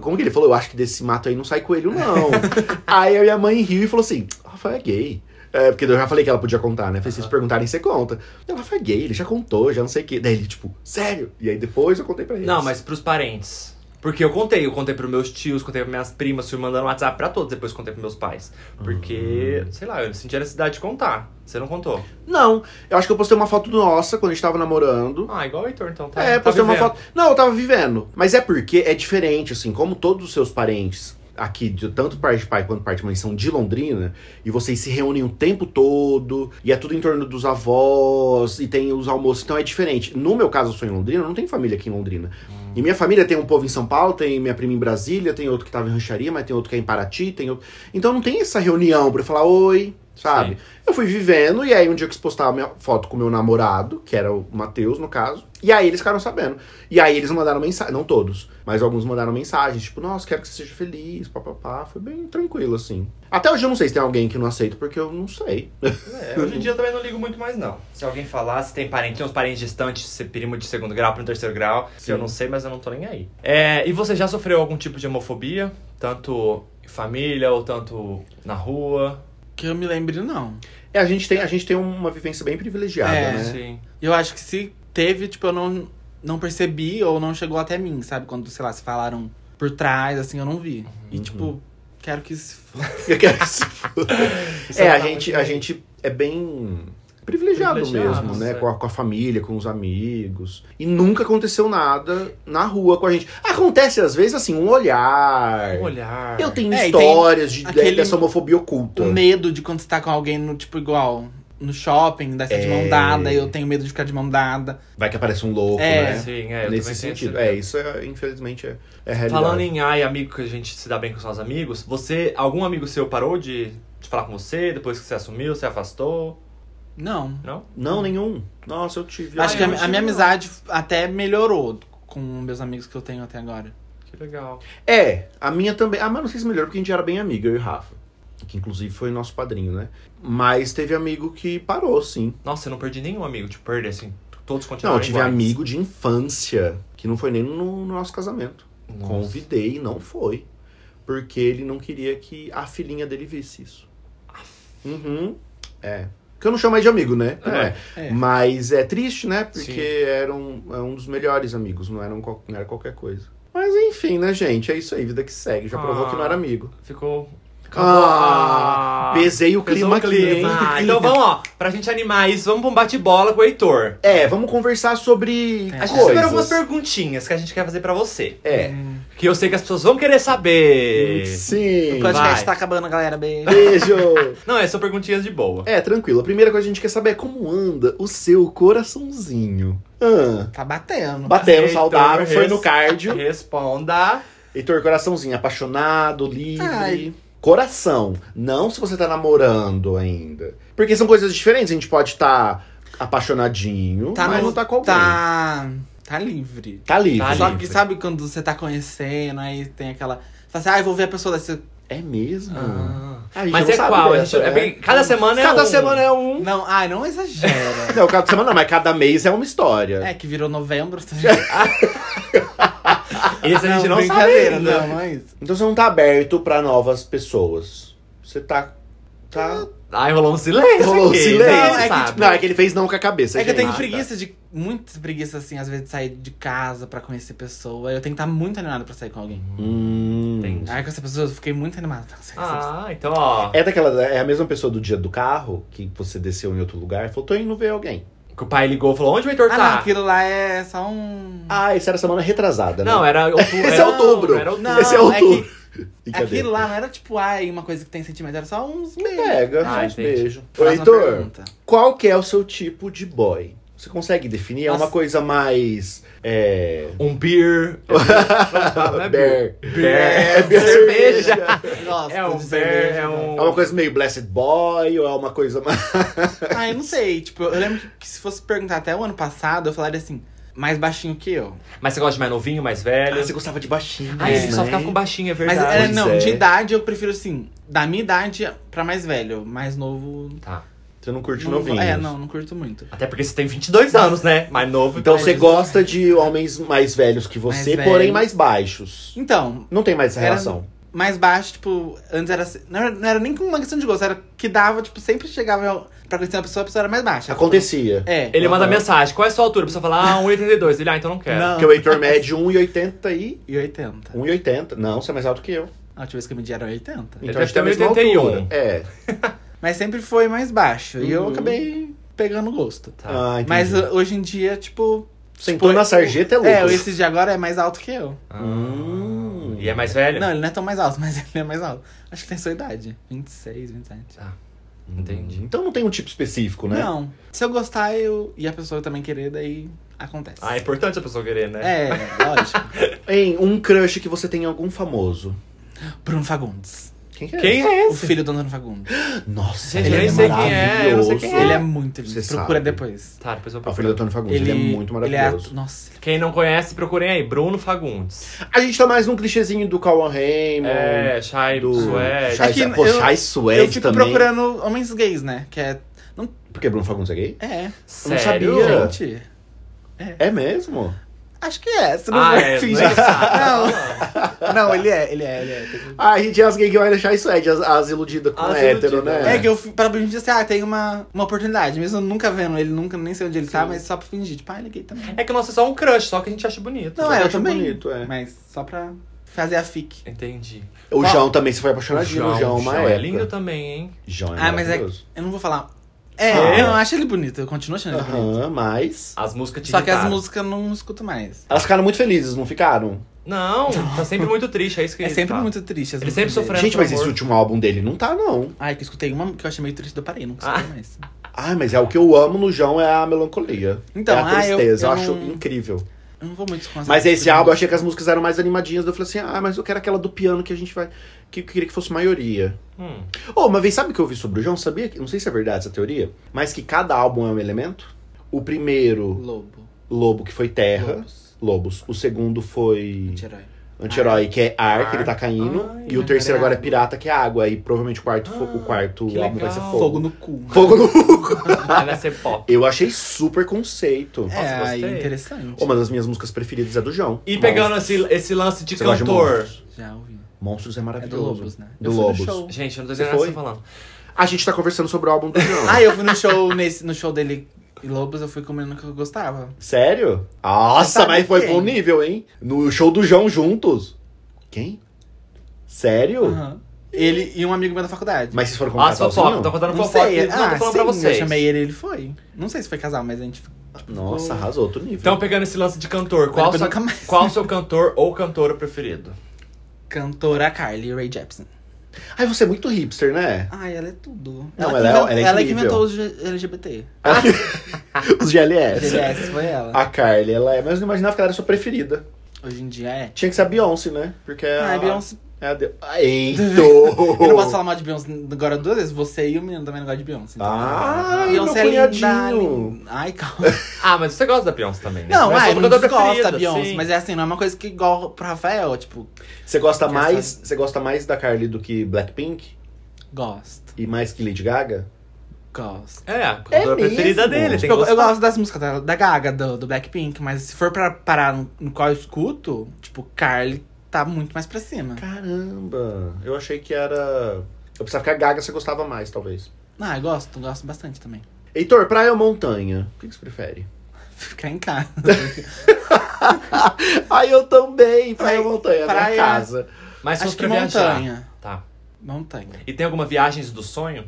Speaker 1: Como que ele falou? Eu acho que desse mato aí não sai coelho, não. aí a minha mãe riu e falou assim: Rafael é gay. É, porque eu já falei que ela podia contar, né? Falei, se vocês perguntarem, você conta. Ela foi é gay, ele já contou, já não sei o quê. Daí ele, tipo, sério? E aí depois eu contei pra eles.
Speaker 2: Não, mas pros parentes. Porque eu contei, eu contei pros meus tios, contei pra minhas primas, fui mandando WhatsApp pra todos, depois contei pros meus pais.
Speaker 1: Hum.
Speaker 2: Porque, sei lá, eu senti a necessidade de contar. Você não contou.
Speaker 1: Não, eu acho que eu postei uma foto nossa quando a gente tava namorando.
Speaker 2: Ah, igual o Heitor, então tá.
Speaker 1: é,
Speaker 2: tá
Speaker 1: postei uma
Speaker 2: vivendo.
Speaker 1: foto. Não, eu tava vivendo. Mas é porque é diferente, assim, como todos os seus parentes aqui, de tanto parte de pai quanto parte de mãe, são de Londrina, e vocês se reúnem o tempo todo, e é tudo em torno dos avós, e tem os almoços, então é diferente. No meu caso, eu sou em Londrina, eu não tenho família aqui em Londrina. E minha família tem um povo em São Paulo, tem minha prima em Brasília, tem outro que tava em Rancharia, mas tem outro que é em Paraty, tem outro... Então não tem essa reunião pra eu falar, oi, sabe?
Speaker 2: Sim.
Speaker 1: Eu fui vivendo, e aí um dia eu quis postar a minha foto com o meu namorado, que era o Matheus, no caso. E aí eles ficaram sabendo. E aí eles mandaram mensagem, não todos, mas alguns mandaram mensagem, tipo, nossa, quero que você seja feliz, papapá. Foi bem tranquilo, assim. Até hoje eu não sei se tem alguém que não aceita, porque eu não sei.
Speaker 2: É, hoje em dia eu também não ligo muito mais, não. Se alguém falar, se tem parente, tem uns parentes distantes, se primo de segundo grau, primo de terceiro grau, que eu não sei, mas eu não tô nem aí. É, e você já sofreu algum tipo de homofobia? Tanto em família ou tanto na rua?
Speaker 3: Que eu me lembre, não.
Speaker 1: É, a gente tem, a gente tem uma vivência bem privilegiada,
Speaker 3: É,
Speaker 1: né?
Speaker 2: Sim.
Speaker 3: E eu acho que se teve, tipo, eu não, não percebi ou não chegou até mim, sabe? Quando, sei lá, se falaram por trás, assim, eu não vi.
Speaker 1: Uhum.
Speaker 3: E, tipo, quero que isso...
Speaker 1: Eu quero que se foda.
Speaker 2: Isso
Speaker 1: é,
Speaker 2: não
Speaker 1: a
Speaker 2: tá
Speaker 1: gente,
Speaker 2: muito
Speaker 1: a
Speaker 2: bem.
Speaker 1: gente é bem privilegiado,
Speaker 2: Privilegiado,
Speaker 1: mesmo, né?
Speaker 2: é.
Speaker 1: Com a, com a família, com os amigos. E nunca aconteceu nada na rua com a gente. Acontece, às vezes, assim, um olhar.
Speaker 2: Um olhar.
Speaker 1: Eu tenho
Speaker 3: É, e tem
Speaker 1: histórias de,
Speaker 3: aquele-
Speaker 1: dessa homofobia oculta.
Speaker 3: O medo de quando você tá com alguém, no, tipo, igual... No shopping, dessa de mão
Speaker 1: É.
Speaker 3: dada, eu tenho medo de ficar de mão dada.
Speaker 1: Vai que aparece um louco,
Speaker 3: É.
Speaker 1: né?
Speaker 2: Sim, é, eu
Speaker 1: Nesse
Speaker 2: também tenho
Speaker 1: sentido.
Speaker 2: esse-
Speaker 1: É, isso é, infelizmente, é, é a realidade.
Speaker 2: Falando em ai, amigo que a gente se dá bem com seus amigos, você, algum amigo seu parou de, de falar com você depois que você assumiu, se afastou?
Speaker 3: Não.
Speaker 2: Não?
Speaker 1: Não, nenhum. Nossa, eu tive.
Speaker 3: Acho que a,
Speaker 2: eu
Speaker 3: a
Speaker 2: tive
Speaker 3: minha
Speaker 2: não.
Speaker 3: amizade até melhorou com meus amigos que eu tenho até agora.
Speaker 2: Que legal.
Speaker 1: É, a minha também. Ah, mas não sei se melhor, porque a gente era bem amigo, eu e o Rafa. Que inclusive foi nosso padrinho, né? Mas teve amigo que parou, sim.
Speaker 2: Nossa, eu não perdi nenhum amigo, tipo, perdi assim. Todos
Speaker 1: Não,
Speaker 2: continuaram
Speaker 1: eu tive
Speaker 2: iguais.
Speaker 1: amigo de infância, que não foi nem no, no nosso casamento.
Speaker 2: Nossa.
Speaker 1: Convidei e não foi. Porque ele não queria que a filhinha dele visse isso. Uhum. É. Que eu não chamo mais de amigo, né?
Speaker 2: É.
Speaker 3: É.
Speaker 1: Mas é triste, né? Porque
Speaker 2: Sim.
Speaker 1: era um, é um dos melhores amigos, não era, um qual- não era qualquer coisa. Mas enfim, né, gente? É isso aí, vida que segue. Já provou
Speaker 2: Ah.
Speaker 1: que não era amigo.
Speaker 2: Ficou.
Speaker 1: Ah,
Speaker 2: Acabou.
Speaker 1: Pesei o
Speaker 2: Pesou
Speaker 1: clima
Speaker 2: o
Speaker 1: aqui.
Speaker 2: clima.
Speaker 1: hein?
Speaker 2: Então vamos, ó, pra gente animar isso, vamos pra um bate-bola com o Heitor.
Speaker 1: É, vamos conversar sobre
Speaker 3: É.
Speaker 2: A gente
Speaker 1: coisas.
Speaker 2: separou algumas perguntinhas que a gente quer fazer pra você.
Speaker 1: É.
Speaker 3: Hum.
Speaker 2: Que eu sei que as pessoas vão querer saber.
Speaker 1: Sim.
Speaker 3: O podcast
Speaker 2: vai.
Speaker 3: tá acabando, galera. Beijo.
Speaker 1: Beijo.
Speaker 2: Não, é, são perguntinhas de boa.
Speaker 1: É, tranquilo. A primeira coisa que a gente quer saber é como anda o seu coraçãozinho. Ah,
Speaker 3: Tá batendo.
Speaker 1: batemos,
Speaker 2: Heitor,
Speaker 1: saudável, foi no
Speaker 2: res-
Speaker 1: cardio.
Speaker 2: Responda.
Speaker 1: Heitor, coraçãozinho, apaixonado, livre.
Speaker 3: Ai.
Speaker 1: Coração. Não se você tá namorando ainda. Porque são coisas diferentes. A gente pode estar apaixonadinho,
Speaker 3: Tá
Speaker 1: mas
Speaker 3: no-
Speaker 1: não tá com alguém. Tá,
Speaker 3: Tá. Tá livre.
Speaker 1: livre.
Speaker 2: Tá
Speaker 3: Só
Speaker 2: livre.
Speaker 3: que sabe quando você tá conhecendo, aí tem aquela. Você fala assim, ah, eu vou ver a pessoa dessa.
Speaker 1: É mesmo? A gente
Speaker 2: Mas
Speaker 1: não
Speaker 2: é
Speaker 1: sabe
Speaker 2: qual? A
Speaker 1: dessa,
Speaker 2: gente- é
Speaker 1: né?
Speaker 2: bem- cada semana é
Speaker 1: Cada
Speaker 2: um.
Speaker 1: semana é um.
Speaker 3: Não, ai, não exagera.
Speaker 1: Não, cada semana não, mas cada mês é uma história.
Speaker 3: é que virou novembro.
Speaker 2: Esse a gente não, sabe
Speaker 3: brincadeira,
Speaker 2: ainda.
Speaker 3: não, não é isso.
Speaker 1: Então você não tá aberto pra novas pessoas. Você tá. Tá.
Speaker 2: Ai, rolou um silêncio
Speaker 1: Rolou um
Speaker 2: aqui.
Speaker 1: silêncio.
Speaker 2: Não,
Speaker 3: É que,
Speaker 2: sabe.
Speaker 3: tipo,
Speaker 1: Não, é que ele fez não com a cabeça.
Speaker 3: É que eu
Speaker 1: gente.
Speaker 3: tenho preguiça de. Muita preguiça, assim, às vezes, de sair de casa pra conhecer pessoa. Eu tenho que estar muito animado pra sair com alguém.
Speaker 1: Hum.
Speaker 2: Entendi.
Speaker 3: Aí com essa pessoa eu fiquei muito animado.
Speaker 2: Ah, então, ó.
Speaker 1: É daquela. É a mesma pessoa do dia do carro que você desceu em outro lugar e falou: tô indo ver alguém.
Speaker 2: Que o pai ligou e falou: onde o Heitor tá?
Speaker 3: Ah, não, aquilo lá é só um.
Speaker 1: Ah, esse era semana retrasada, né?
Speaker 2: Não, era outubro.
Speaker 1: Esse é
Speaker 2: era
Speaker 1: outubro.
Speaker 2: Era outubro.
Speaker 3: Não,
Speaker 1: esse é outubro. E
Speaker 3: que
Speaker 1: cadê?
Speaker 3: aquilo lá não era tipo, ai, uma coisa que tem sentimento, era só uns beijos.
Speaker 1: Pega,
Speaker 2: Ah,
Speaker 1: só uns
Speaker 2: entendi.
Speaker 1: beijos. Ô,
Speaker 3: Próxima
Speaker 1: Heitor,
Speaker 3: pergunta.
Speaker 1: qual que é o seu tipo de boy? Você consegue definir? É uma
Speaker 3: Nossa.
Speaker 1: coisa mais. É.
Speaker 2: Um beer. é beer.
Speaker 1: bear.
Speaker 2: Beer.
Speaker 1: É, beer.
Speaker 2: Cerveja.
Speaker 3: Gosto
Speaker 2: É um
Speaker 3: de
Speaker 2: beer. É
Speaker 3: cerveja, né? gosto.
Speaker 2: um.
Speaker 1: É uma coisa meio Blessed Boy ou é uma coisa mais.
Speaker 3: Ah, eu não sei. Tipo, eu lembro que se fosse perguntar até o ano passado, eu falaria assim, mais baixinho que eu.
Speaker 2: Mas você gosta de mais novinho, mais velho?
Speaker 1: você gostava de baixinho.
Speaker 3: Ah,
Speaker 2: Ai,
Speaker 1: né?
Speaker 2: você só ficava com baixinho, é
Speaker 3: Mas
Speaker 2: verdade.
Speaker 3: é,
Speaker 1: Pois
Speaker 3: não,
Speaker 1: é.
Speaker 3: de idade eu prefiro assim, da minha idade pra mais velho. Mais novo.
Speaker 2: Tá.
Speaker 1: Você não curte
Speaker 3: Não-
Speaker 1: novinhos.
Speaker 3: É, não, não curto muito.
Speaker 2: Até porque você tem 22 anos, né? Mais novo.
Speaker 1: Então
Speaker 2: mais
Speaker 1: você
Speaker 2: de-
Speaker 1: gosta de homens mais velhos que você,
Speaker 3: Mais
Speaker 1: porém
Speaker 3: velhos.
Speaker 1: mais baixos.
Speaker 3: Então,
Speaker 1: Não tem mais essa
Speaker 3: Era-
Speaker 1: relação.
Speaker 3: mais baixo, tipo, antes era. assim- Não era, não era nem com uma questão de gosto, era que dava, tipo, sempre chegava eu- pra conhecer uma pessoa, a pessoa era mais baixa.
Speaker 1: Acontecia.
Speaker 3: É.
Speaker 2: Ele manda
Speaker 1: Aham.
Speaker 2: mensagem. Qual é a sua altura? A pessoa fala, ah, 1,82. Ele, ah, então não quero.
Speaker 3: Não.
Speaker 1: Porque o Heitor mede 1,80 e.
Speaker 3: E 80.
Speaker 1: 1,80. Não, você é mais alto que eu.
Speaker 3: A última vez que eu medi era 80.
Speaker 2: Ele
Speaker 1: Então a gente
Speaker 2: deve
Speaker 1: tem a
Speaker 2: ter
Speaker 1: mesma
Speaker 2: 81.
Speaker 1: altura. É.
Speaker 3: Mas sempre foi mais baixo. E eu
Speaker 1: Uhum.
Speaker 3: acabei pegando gosto.
Speaker 2: Tá.
Speaker 1: Ah, entendi.
Speaker 3: Mas uh, hoje em dia, tipo.
Speaker 1: Sentou
Speaker 3: tipo,
Speaker 1: na sarjeta é louco.
Speaker 3: É, esse de agora é mais alto que eu.
Speaker 2: Ah.
Speaker 1: Hum.
Speaker 2: E é mais velho?
Speaker 3: Não, ele não é tão mais alto, mas ele é mais alto. Acho que tem sua idade. 26, 27.
Speaker 2: Entendi.
Speaker 1: Então não tem um tipo específico, né?
Speaker 3: Não. Se eu gostar eu... e a pessoa também querer, daí acontece.
Speaker 2: Ah, é importante a pessoa querer, né?
Speaker 3: É, lógico.
Speaker 1: Em um crush que você tem em algum famoso.
Speaker 3: Bruno Fagundes.
Speaker 1: Quem que é?
Speaker 2: Quem é
Speaker 3: O
Speaker 2: esse?
Speaker 3: filho do Antônio Fagundes.
Speaker 1: Nossa,
Speaker 2: Gente,
Speaker 1: ele
Speaker 3: eu nem
Speaker 1: é
Speaker 3: sei
Speaker 1: maravilhoso.
Speaker 2: quem é, eu não sei quem
Speaker 3: Ele é muito lindo.
Speaker 1: Você
Speaker 3: Procura
Speaker 1: sabe.
Speaker 3: depois.
Speaker 2: Tá, depois eu
Speaker 1: É o
Speaker 2: vou
Speaker 1: filho do
Speaker 2: procurar.
Speaker 1: Antônio Fagundes, ele, é muito
Speaker 3: Ele é...
Speaker 1: maravilhoso.
Speaker 3: Nossa, ele
Speaker 2: Quem não conhece, procurem aí. Bruno Fagundes.
Speaker 1: A gente tá mais num clichêzinho do Cauan Raymond.
Speaker 2: É, Shai
Speaker 1: do
Speaker 2: Suede.
Speaker 1: Chai,
Speaker 3: É que
Speaker 1: pô,
Speaker 3: eu-
Speaker 1: Chai
Speaker 3: Eu
Speaker 1: Suede
Speaker 3: fico
Speaker 1: também.
Speaker 3: procurando homens gays, né? Que é.
Speaker 1: Porque Bruno Fagundes é gay?
Speaker 3: É.
Speaker 2: Sério?
Speaker 1: Eu não sabia.
Speaker 3: Gente.
Speaker 1: É mesmo?
Speaker 3: Acho que é. Se não
Speaker 2: Ah,
Speaker 3: vai
Speaker 2: é,
Speaker 3: fingir.
Speaker 2: não é sábado.
Speaker 3: Não. não, ele é, ele é, ele é. Tem-
Speaker 1: Ah, e tinha as gays que vai deixar isso, é, de as, as iludidas com
Speaker 2: As
Speaker 1: hétero,
Speaker 2: iludidas,
Speaker 1: né?
Speaker 3: É que eu fui pra fingir assim, ah, tem uma, uma oportunidade. Mesmo eu nunca vendo ele, nunca nem sei onde ele tá,
Speaker 2: Sim.
Speaker 3: mas só pra fingir. Tipo, ah, ele é gay também.
Speaker 2: É que o nosso é só um crush, só que a gente acha bonito.
Speaker 3: Não,
Speaker 1: eu
Speaker 3: é, eu
Speaker 1: acho
Speaker 3: também.
Speaker 1: bonito, é.
Speaker 3: Mas só pra fazer a fic.
Speaker 2: Entendi.
Speaker 1: O
Speaker 3: Qual-
Speaker 1: João também se foi apaixonadinho. O João,
Speaker 2: o
Speaker 1: uma
Speaker 2: João
Speaker 1: época.
Speaker 2: é lindo também, hein?
Speaker 1: João é
Speaker 3: Ah, mas é.
Speaker 1: maravilhoso.
Speaker 3: Eu não vou falar. É,
Speaker 1: Ah.
Speaker 3: eu acho ele bonito, eu continuo achando ele bonito.
Speaker 1: Aham, mas...
Speaker 2: As músicas te
Speaker 3: Só que as
Speaker 2: irritaram.
Speaker 3: músicas eu não escuto mais.
Speaker 1: Elas ficaram muito felizes, não ficaram?
Speaker 2: Não, tá sempre muito triste, é isso que
Speaker 3: É
Speaker 2: ele
Speaker 3: sempre
Speaker 2: fala.
Speaker 3: muito triste. As
Speaker 2: Ele
Speaker 3: músicas
Speaker 2: sempre
Speaker 3: dele.
Speaker 2: sofreu.
Speaker 1: Gente, mas
Speaker 2: por
Speaker 1: esse
Speaker 2: favor.
Speaker 1: último álbum dele não tá, não.
Speaker 3: Ai, que eu escutei uma que eu achei meio triste, eu parei, não
Speaker 2: Ah.
Speaker 3: escutei mais.
Speaker 1: Ah, mas é o que eu amo no João, é a melancolia.
Speaker 3: Então,
Speaker 1: é a
Speaker 3: ah, eu-
Speaker 1: tristeza, eu,
Speaker 3: eu
Speaker 1: acho
Speaker 3: não-
Speaker 1: incrível.
Speaker 3: Eu não vou muito com essa
Speaker 1: Mas esse
Speaker 3: música,
Speaker 1: álbum eu
Speaker 3: não.
Speaker 1: achei que as músicas eram mais animadinhas. daí Eu falei assim, ah, mas eu quero aquela do piano que a gente vai. Que eu queria que fosse maioria.
Speaker 2: Hum.
Speaker 1: Oh, uma vez, sabe o que eu vi sobre o João? Sabia? que- Não sei se é verdade essa teoria, mas que cada álbum é um elemento. O primeiro,
Speaker 3: Lobo.
Speaker 1: Lobo, que foi Terra.
Speaker 3: Lobos. é.
Speaker 1: Lobos. O segundo foi
Speaker 3: Anti-herói.
Speaker 1: Anti-Herói, que é ar, que ele tá caindo.
Speaker 2: Ai,
Speaker 1: e o
Speaker 3: é
Speaker 1: terceiro agora é
Speaker 3: verdade.
Speaker 1: pirata, que é água. E provavelmente o quarto, fo- o
Speaker 2: Ah,
Speaker 1: quarto
Speaker 2: que
Speaker 1: álbum vai ser
Speaker 2: legal.
Speaker 1: fogo.
Speaker 3: Fogo no cu.
Speaker 1: Fogo no...
Speaker 2: Aí vai ser pop.
Speaker 1: Eu achei super conceito.
Speaker 3: É,
Speaker 2: Nossa,
Speaker 3: aí,
Speaker 2: gostei.
Speaker 3: interessante.
Speaker 1: Uma das minhas músicas preferidas é do João.
Speaker 2: E pegando esse, esse lance de
Speaker 1: Você gosta de
Speaker 2: cantor.
Speaker 1: monstros?
Speaker 3: Já ouvi.
Speaker 1: Monstros é
Speaker 3: É do
Speaker 1: maravilhoso.
Speaker 3: Lobos, né?
Speaker 1: Do
Speaker 3: Eu fui no
Speaker 1: Lobos.
Speaker 3: show.
Speaker 2: Gente, eu não tô
Speaker 1: Você
Speaker 2: entendendo o que
Speaker 1: foi?
Speaker 2: você tá falando.
Speaker 1: A gente tá conversando sobre o álbum do João.
Speaker 3: Ah, eu fui no show, nesse, no show dele em Lobos, eu fui comendo o que eu gostava.
Speaker 1: Sério?
Speaker 3: Você
Speaker 1: Nossa,
Speaker 3: sabe
Speaker 1: mas foi
Speaker 3: quem?
Speaker 1: bom nível, hein? No show do João juntos. Quem? Sério?
Speaker 3: Aham. Ele e um amigo meu da faculdade.
Speaker 1: Mas vocês foram
Speaker 2: Ah,
Speaker 1: comprar
Speaker 2: fofoca, tô contando
Speaker 3: não
Speaker 2: fofoca.
Speaker 3: sei,
Speaker 2: Não, tô
Speaker 3: ah,
Speaker 2: falando
Speaker 3: sim,
Speaker 2: pra vocês.
Speaker 3: eu chamei ele, ele foi. Não sei se foi casal, mas a gente
Speaker 1: Nossa, arrasou outro nível.
Speaker 2: tipo Então, pegando esse lance de cantor, qual,
Speaker 3: Mas
Speaker 2: sua-
Speaker 3: nunca mais.
Speaker 2: qual o seu cantor ou cantora preferido?
Speaker 3: cantora Carly Ray Jepsen.
Speaker 1: Ai, você é muito hipster, né?
Speaker 3: Ai, ela é tudo.
Speaker 1: Não,
Speaker 3: que
Speaker 1: ela é-
Speaker 3: inven-
Speaker 1: ela é
Speaker 3: que
Speaker 1: incrível.
Speaker 3: inventou os G- LGBT.
Speaker 1: Os GLS.
Speaker 3: GLS foi ela.
Speaker 1: A Carly, ela é. Mas eu não imaginava que ela era sua preferida.
Speaker 3: Hoje em dia é.
Speaker 1: Tinha que ser a Beyoncé, né? Porque é
Speaker 3: Ah,
Speaker 1: a.
Speaker 3: a Beyoncé.
Speaker 1: É a de... Ah, Eita!
Speaker 3: Eu não posso falar mal de Beyoncé agora duas vezes. Você e o menino também não gostam de Beyoncé. então.
Speaker 1: Ai, Ah, meu
Speaker 3: é linda,
Speaker 1: cunhadinho.
Speaker 3: linda. Ai, calma.
Speaker 2: Ah, mas você gosta da Beyoncé também, né?
Speaker 3: Não,
Speaker 2: é
Speaker 3: ai,
Speaker 2: sua
Speaker 3: não
Speaker 2: cantora
Speaker 3: desgosta
Speaker 2: preferida,
Speaker 3: da Beyoncé,
Speaker 2: sim.
Speaker 3: mas é assim, não é uma coisa que igual pro Rafael, tipo,
Speaker 1: Você gosta
Speaker 3: Quer
Speaker 1: mais. Você gosta mais da Carly do que Blackpink?
Speaker 3: gosto,
Speaker 1: E mais que Lady Gaga?
Speaker 3: gosto.
Speaker 2: É, a cantora
Speaker 1: mesmo?
Speaker 2: preferida dele. Tem
Speaker 3: Tipo, eu,
Speaker 2: que
Speaker 3: eu
Speaker 2: gostar.
Speaker 3: gosto das músicas da, da Gaga, do, do Blackpink, mas se for pra parar no, no qual eu escuto, tipo, Carly tá muito mais pra cima.
Speaker 1: Caramba! Eu achei que era. Eu pensava que a Gaga você gostava mais, talvez.
Speaker 3: Ah, eu gosto, gosto bastante também.
Speaker 1: Heitor, praia ou montanha? O que que você prefere?
Speaker 3: Ficar em casa.
Speaker 1: Ai, eu também! Praia ou
Speaker 3: Ai,
Speaker 1: montanha? Praia...
Speaker 3: praia.
Speaker 1: Minha casa.
Speaker 2: Mas se
Speaker 3: Acho
Speaker 2: fosse
Speaker 3: que
Speaker 2: É pra viajar.
Speaker 3: montanha.
Speaker 2: Tá.
Speaker 3: Montanha.
Speaker 2: E tem alguma viagens do sonho?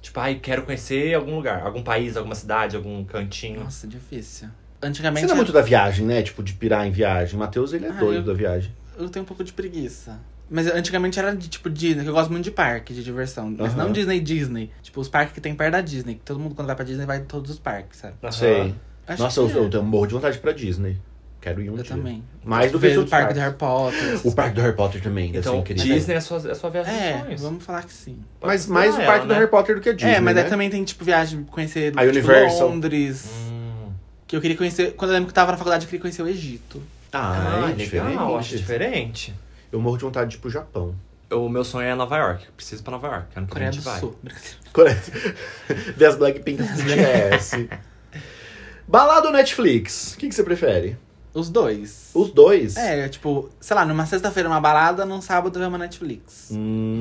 Speaker 2: Tipo, ai, quero conhecer algum lugar, algum país, alguma cidade, algum cantinho.
Speaker 3: Nossa, difícil.
Speaker 1: Você
Speaker 3: Antigamente
Speaker 1: não é muito da viagem, né? Tipo, de pirar em viagem. Matheus, ele é
Speaker 3: Ah,
Speaker 1: doido
Speaker 3: eu-
Speaker 1: da viagem.
Speaker 3: eu tenho um pouco de preguiça. Mas antigamente era de tipo Disney, que eu gosto muito de parque, de diversão. Mas
Speaker 1: Aham.
Speaker 3: não Disney Disney. Tipo, os parques que tem perto da Disney. Que todo mundo quando vai pra Disney vai em todos os parques, sabe?
Speaker 2: Aham.
Speaker 1: Sei.
Speaker 3: Acho
Speaker 1: Nossa,
Speaker 3: que
Speaker 1: eu,
Speaker 3: é.
Speaker 1: eu tenho um morro de vontade pra Disney. Quero ir um
Speaker 3: Eu
Speaker 1: dia.
Speaker 3: também.
Speaker 1: Mais do que os
Speaker 3: Ver o
Speaker 1: outros
Speaker 3: parque do
Speaker 1: parques.
Speaker 3: Harry Potter.
Speaker 1: O parque do Harry Potter também, né, deve ser
Speaker 2: Então,
Speaker 1: incrível.
Speaker 2: Disney é a sua, é a sua viagem
Speaker 3: É,
Speaker 2: dos sonhos.
Speaker 3: vamos falar que sim.
Speaker 2: Pode
Speaker 1: Mas
Speaker 2: ser
Speaker 1: mais o
Speaker 2: ela,
Speaker 1: parque do
Speaker 2: né?
Speaker 1: Harry Potter do que a Disney.
Speaker 3: é, mas
Speaker 1: né?
Speaker 3: aí também tem, tipo, viagem, conhecer
Speaker 1: A
Speaker 3: tipo,
Speaker 1: Universal.
Speaker 3: Londres.
Speaker 2: Hum.
Speaker 3: Que eu queria conhecer. Quando eu lembro que eu tava na faculdade, eu queria conhecer o Egito.
Speaker 1: Ah,
Speaker 2: Ah,
Speaker 1: é
Speaker 2: legal,
Speaker 1: diferente.
Speaker 2: acho diferente.
Speaker 1: Eu morro de vontade de ir pro Japão.
Speaker 2: o meu sonho é Nova York. Eu preciso ir pra Nova York. Ano que vem
Speaker 3: Coreia
Speaker 2: a
Speaker 3: do
Speaker 2: gente vai.
Speaker 3: Sul.
Speaker 1: é Das Blackpink do BTS. Balada ou Netflix? O que, que você prefere?
Speaker 3: Os dois.
Speaker 1: Os dois?
Speaker 3: É, tipo, sei lá, numa sexta-feira uma balada, num sábado vê uma Netflix.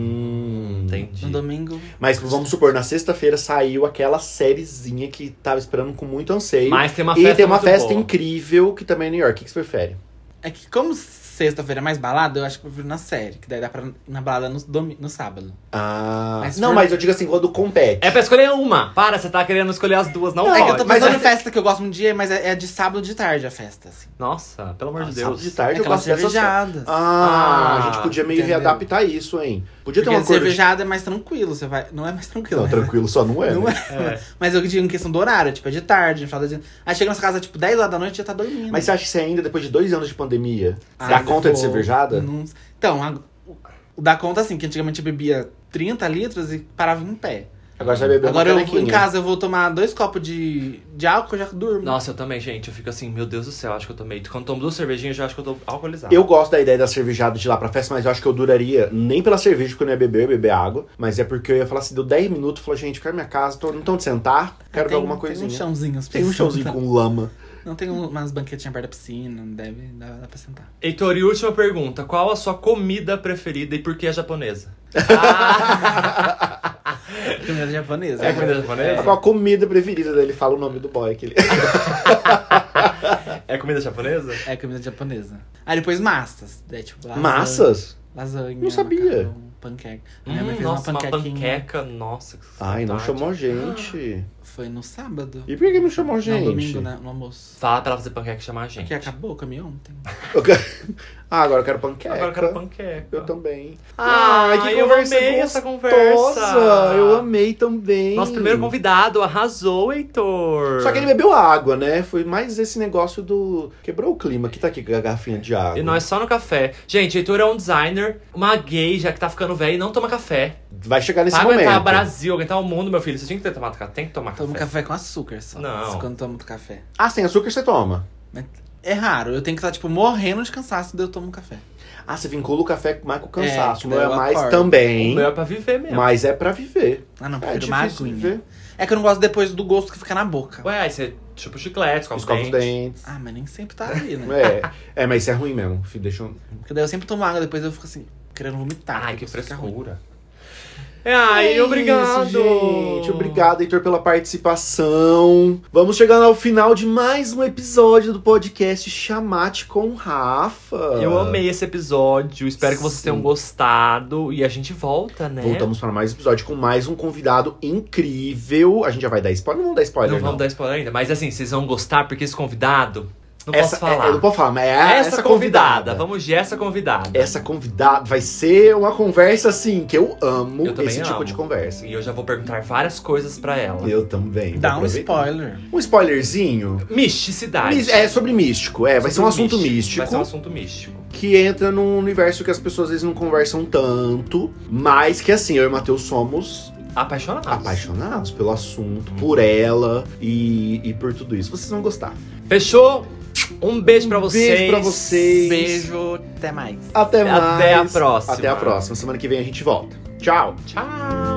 Speaker 1: Hum,
Speaker 2: Entendi.
Speaker 3: No domingo.
Speaker 1: Mas vamos supor, na sexta-feira saiu aquela sériezinha que tava esperando com muito anseio.
Speaker 2: Mas tem uma
Speaker 1: e
Speaker 2: festa
Speaker 1: tem uma
Speaker 2: muito
Speaker 1: festa
Speaker 2: boa.
Speaker 1: incrível que também é em New York. O que, que você prefere?
Speaker 3: É que como sexta-feira é mais balada, eu acho que eu prefiro na série. Que daí dá pra ir na balada no, domi- no sábado.
Speaker 1: Ah.
Speaker 3: Mas
Speaker 1: não,
Speaker 3: for-
Speaker 1: mas eu digo assim, quando compete.
Speaker 2: É pra escolher uma. Para, você tá querendo escolher as duas, não,
Speaker 3: Não, é que eu tô
Speaker 2: pode.
Speaker 3: pensando
Speaker 1: mas-
Speaker 3: em festa que eu gosto um dia, mas é, é de sábado de tarde a festa, assim.
Speaker 2: Nossa, pelo amor de
Speaker 1: Sábado
Speaker 2: Deus.
Speaker 1: de
Speaker 3: É
Speaker 1: tarde eu
Speaker 3: aquela
Speaker 1: gosto dessas...
Speaker 3: cervejada.
Speaker 1: Ah,
Speaker 2: Ah,
Speaker 1: a gente podia meio
Speaker 3: entendeu.
Speaker 1: readaptar isso, hein? Podia ter
Speaker 3: Porque
Speaker 1: uma coisa. de-
Speaker 3: cervejada é mais tranquilo, você vai. Não é mais tranquilo.
Speaker 1: Não,
Speaker 3: né?
Speaker 1: tranquilo, só não é.
Speaker 3: Não
Speaker 1: né?
Speaker 3: é.
Speaker 2: É.
Speaker 3: Mas eu digo em questão do horário, tipo, é de tarde, no final da dia. Aí chega na sua casa, tipo, 10 horas da noite já tá dormindo.
Speaker 1: Mas você acha que você ainda, depois de dois anos de pandemia,
Speaker 3: Ah,
Speaker 1: dá
Speaker 3: eu
Speaker 1: conta de
Speaker 3: vou-
Speaker 1: cervejada?
Speaker 3: não- Então, a- o- o da conta assim, que antigamente eu bebia 30 litros e parava em pé.
Speaker 1: Agora você vai beber
Speaker 3: Agora
Speaker 1: uma
Speaker 3: eu
Speaker 1: canequinha.
Speaker 3: em casa eu vou tomar dois copos de, de álcool e já durmo.
Speaker 2: Nossa, eu também, gente. Eu fico assim, meu Deus do céu, acho que eu tomei. Quando tomo duas cervejinhas, eu já acho que eu tô alcoolizado.
Speaker 1: Eu gosto da ideia da cervejada de ir lá pra festa, mas eu acho que eu duraria nem pela cerveja, porque eu não ia beber, eu ia beber água. Mas é porque eu ia falar assim, deu 10 minutos, eu falei, gente, eu quero minha casa, tô, não tão de sentar, quero ver
Speaker 3: Tem-
Speaker 1: alguma coisinha.
Speaker 3: Tem um chãozinho, as
Speaker 1: Tem um
Speaker 3: pessoas-
Speaker 1: chãozinho com lama.
Speaker 3: Não tem um- umas banquetinhas perto da piscina, não deve dá, dá pra sentar.
Speaker 2: Heitor, e última pergunta. Qual a sua comida preferida e por que a japonesa? Ah,
Speaker 3: Comida japonesa.
Speaker 2: é a comida japonesa?
Speaker 1: Qual a comida preferida dele? Fala o nome do boy que ele.
Speaker 2: É comida japonesa?
Speaker 3: É comida japonesa. Aí depois massas. Daí, tipo, lasanha,
Speaker 1: Massas?
Speaker 3: Lasanha.
Speaker 1: Não sabia.
Speaker 3: macarrão, panqueca. A minha mãe
Speaker 2: Hum,
Speaker 3: fez
Speaker 2: nossa,
Speaker 3: uma
Speaker 2: uma,
Speaker 3: panquequinha.
Speaker 2: panqueca. Nossa, que
Speaker 1: Ai, não
Speaker 2: saudade.
Speaker 1: chamou a gente.
Speaker 3: Foi no sábado.
Speaker 1: E por que não chamou a
Speaker 3: No
Speaker 1: gente?
Speaker 3: domingo, né, no almoço.
Speaker 2: Fala pra ela fazer panqueca e chamar a gente.
Speaker 3: Porque acabou o caminho ontem.
Speaker 1: Eu quero- Ah, agora eu quero panqueca.
Speaker 2: Agora eu quero panqueca.
Speaker 1: Eu também.
Speaker 2: Ai, Ah, eu amei essa conversa.
Speaker 1: Eu amei também.
Speaker 2: Nosso primeiro convidado arrasou, Heitor.
Speaker 1: Só que ele bebeu água, né? Foi mais esse negócio do. Quebrou o clima, que tá aqui com a garrafinha de água.
Speaker 2: E nós só no café. Gente, Heitor é um designer, uma gay, já que tá ficando velho, e não toma café.
Speaker 1: Vai chegar nesse
Speaker 2: Pra
Speaker 1: momento.
Speaker 2: aguentar o Brasil, aguentar o mundo, meu filho, você tinha que ter tomado café. Tem que tomar
Speaker 3: Tomo
Speaker 2: café.
Speaker 3: café com açúcar só.
Speaker 2: Não.
Speaker 3: Isso Quando tomo café.
Speaker 1: Ah, sem açúcar você toma.
Speaker 3: Mas é raro. Eu tenho que estar, tipo, morrendo de cansaço, daí eu tomo café.
Speaker 1: Ah, você vincula o café mais com o cansaço.
Speaker 3: É,
Speaker 1: o meu é
Speaker 3: eu
Speaker 1: mais
Speaker 3: acordo.
Speaker 2: O
Speaker 1: também.
Speaker 2: meu é pra viver mesmo.
Speaker 1: Mas é pra viver.
Speaker 3: Ah, não,
Speaker 1: É
Speaker 3: prefiro uma
Speaker 1: difícil
Speaker 3: aguinha.
Speaker 1: viver.
Speaker 3: É que eu não gosto depois do gosto que fica na boca.
Speaker 2: Ué, aí você chupa o chiclete, escova
Speaker 1: Escova os dentes.
Speaker 3: Ah, mas nem sempre tá ali, né?
Speaker 1: É. é, mas isso é ruim mesmo. Filho, deixa eu...
Speaker 3: Porque daí eu sempre tomo água, depois eu fico assim, querendo vomitar.
Speaker 2: Ai, que
Speaker 3: porque fica ruim.
Speaker 2: frescura. Ai,
Speaker 1: É
Speaker 2: obrigado.
Speaker 1: isso, gente. Obrigado, Heitor, pela participação. Vamos chegando ao final de mais um episódio do podcast Chamate com Rafa.
Speaker 2: Eu amei esse episódio, espero que vocês
Speaker 1: Sim.
Speaker 2: tenham gostado. E a gente volta, né?
Speaker 1: Voltamos para mais um episódio com mais um convidado incrível. A gente já vai dar spoiler? Não vamos dar spoiler,
Speaker 2: Não
Speaker 1: não.
Speaker 2: vamos dar spoiler ainda, mas assim, vocês vão gostar porque esse convidado. Não
Speaker 1: essa,
Speaker 2: posso falar.
Speaker 1: é, eu não posso falar, mas é
Speaker 2: essa, convidada. Vamos de essa convidada.
Speaker 1: Essa convidada vai ser uma conversa assim que eu amo
Speaker 2: Eu também
Speaker 1: esse tipo
Speaker 2: amo.
Speaker 1: de conversa.
Speaker 2: E eu já vou perguntar várias coisas pra ela.
Speaker 1: Eu também.
Speaker 3: Dá
Speaker 1: vou
Speaker 3: um
Speaker 1: aproveitar.
Speaker 3: spoiler.
Speaker 1: Um spoilerzinho.
Speaker 2: Misticidade.
Speaker 1: Mis- É sobre místico, é, vai ser um
Speaker 2: Sobre
Speaker 1: assunto
Speaker 2: Vai ser um
Speaker 1: místico.
Speaker 2: assunto místico.
Speaker 1: que entra num universo que as pessoas às vezes não conversam tanto, mas que assim, eu e o Matheus somos
Speaker 2: Apaixonados.
Speaker 1: apaixonados pelo assunto, por ela e, e por tudo isso. Vocês vão gostar.
Speaker 2: Fechou? Um beijo pra vocês.
Speaker 1: Beijo pra vocês.
Speaker 3: Beijo, até mais.
Speaker 1: Até mais.
Speaker 2: Até a próxima.
Speaker 1: Até a próxima. Semana que vem a gente volta. Tchau.
Speaker 2: Tchau.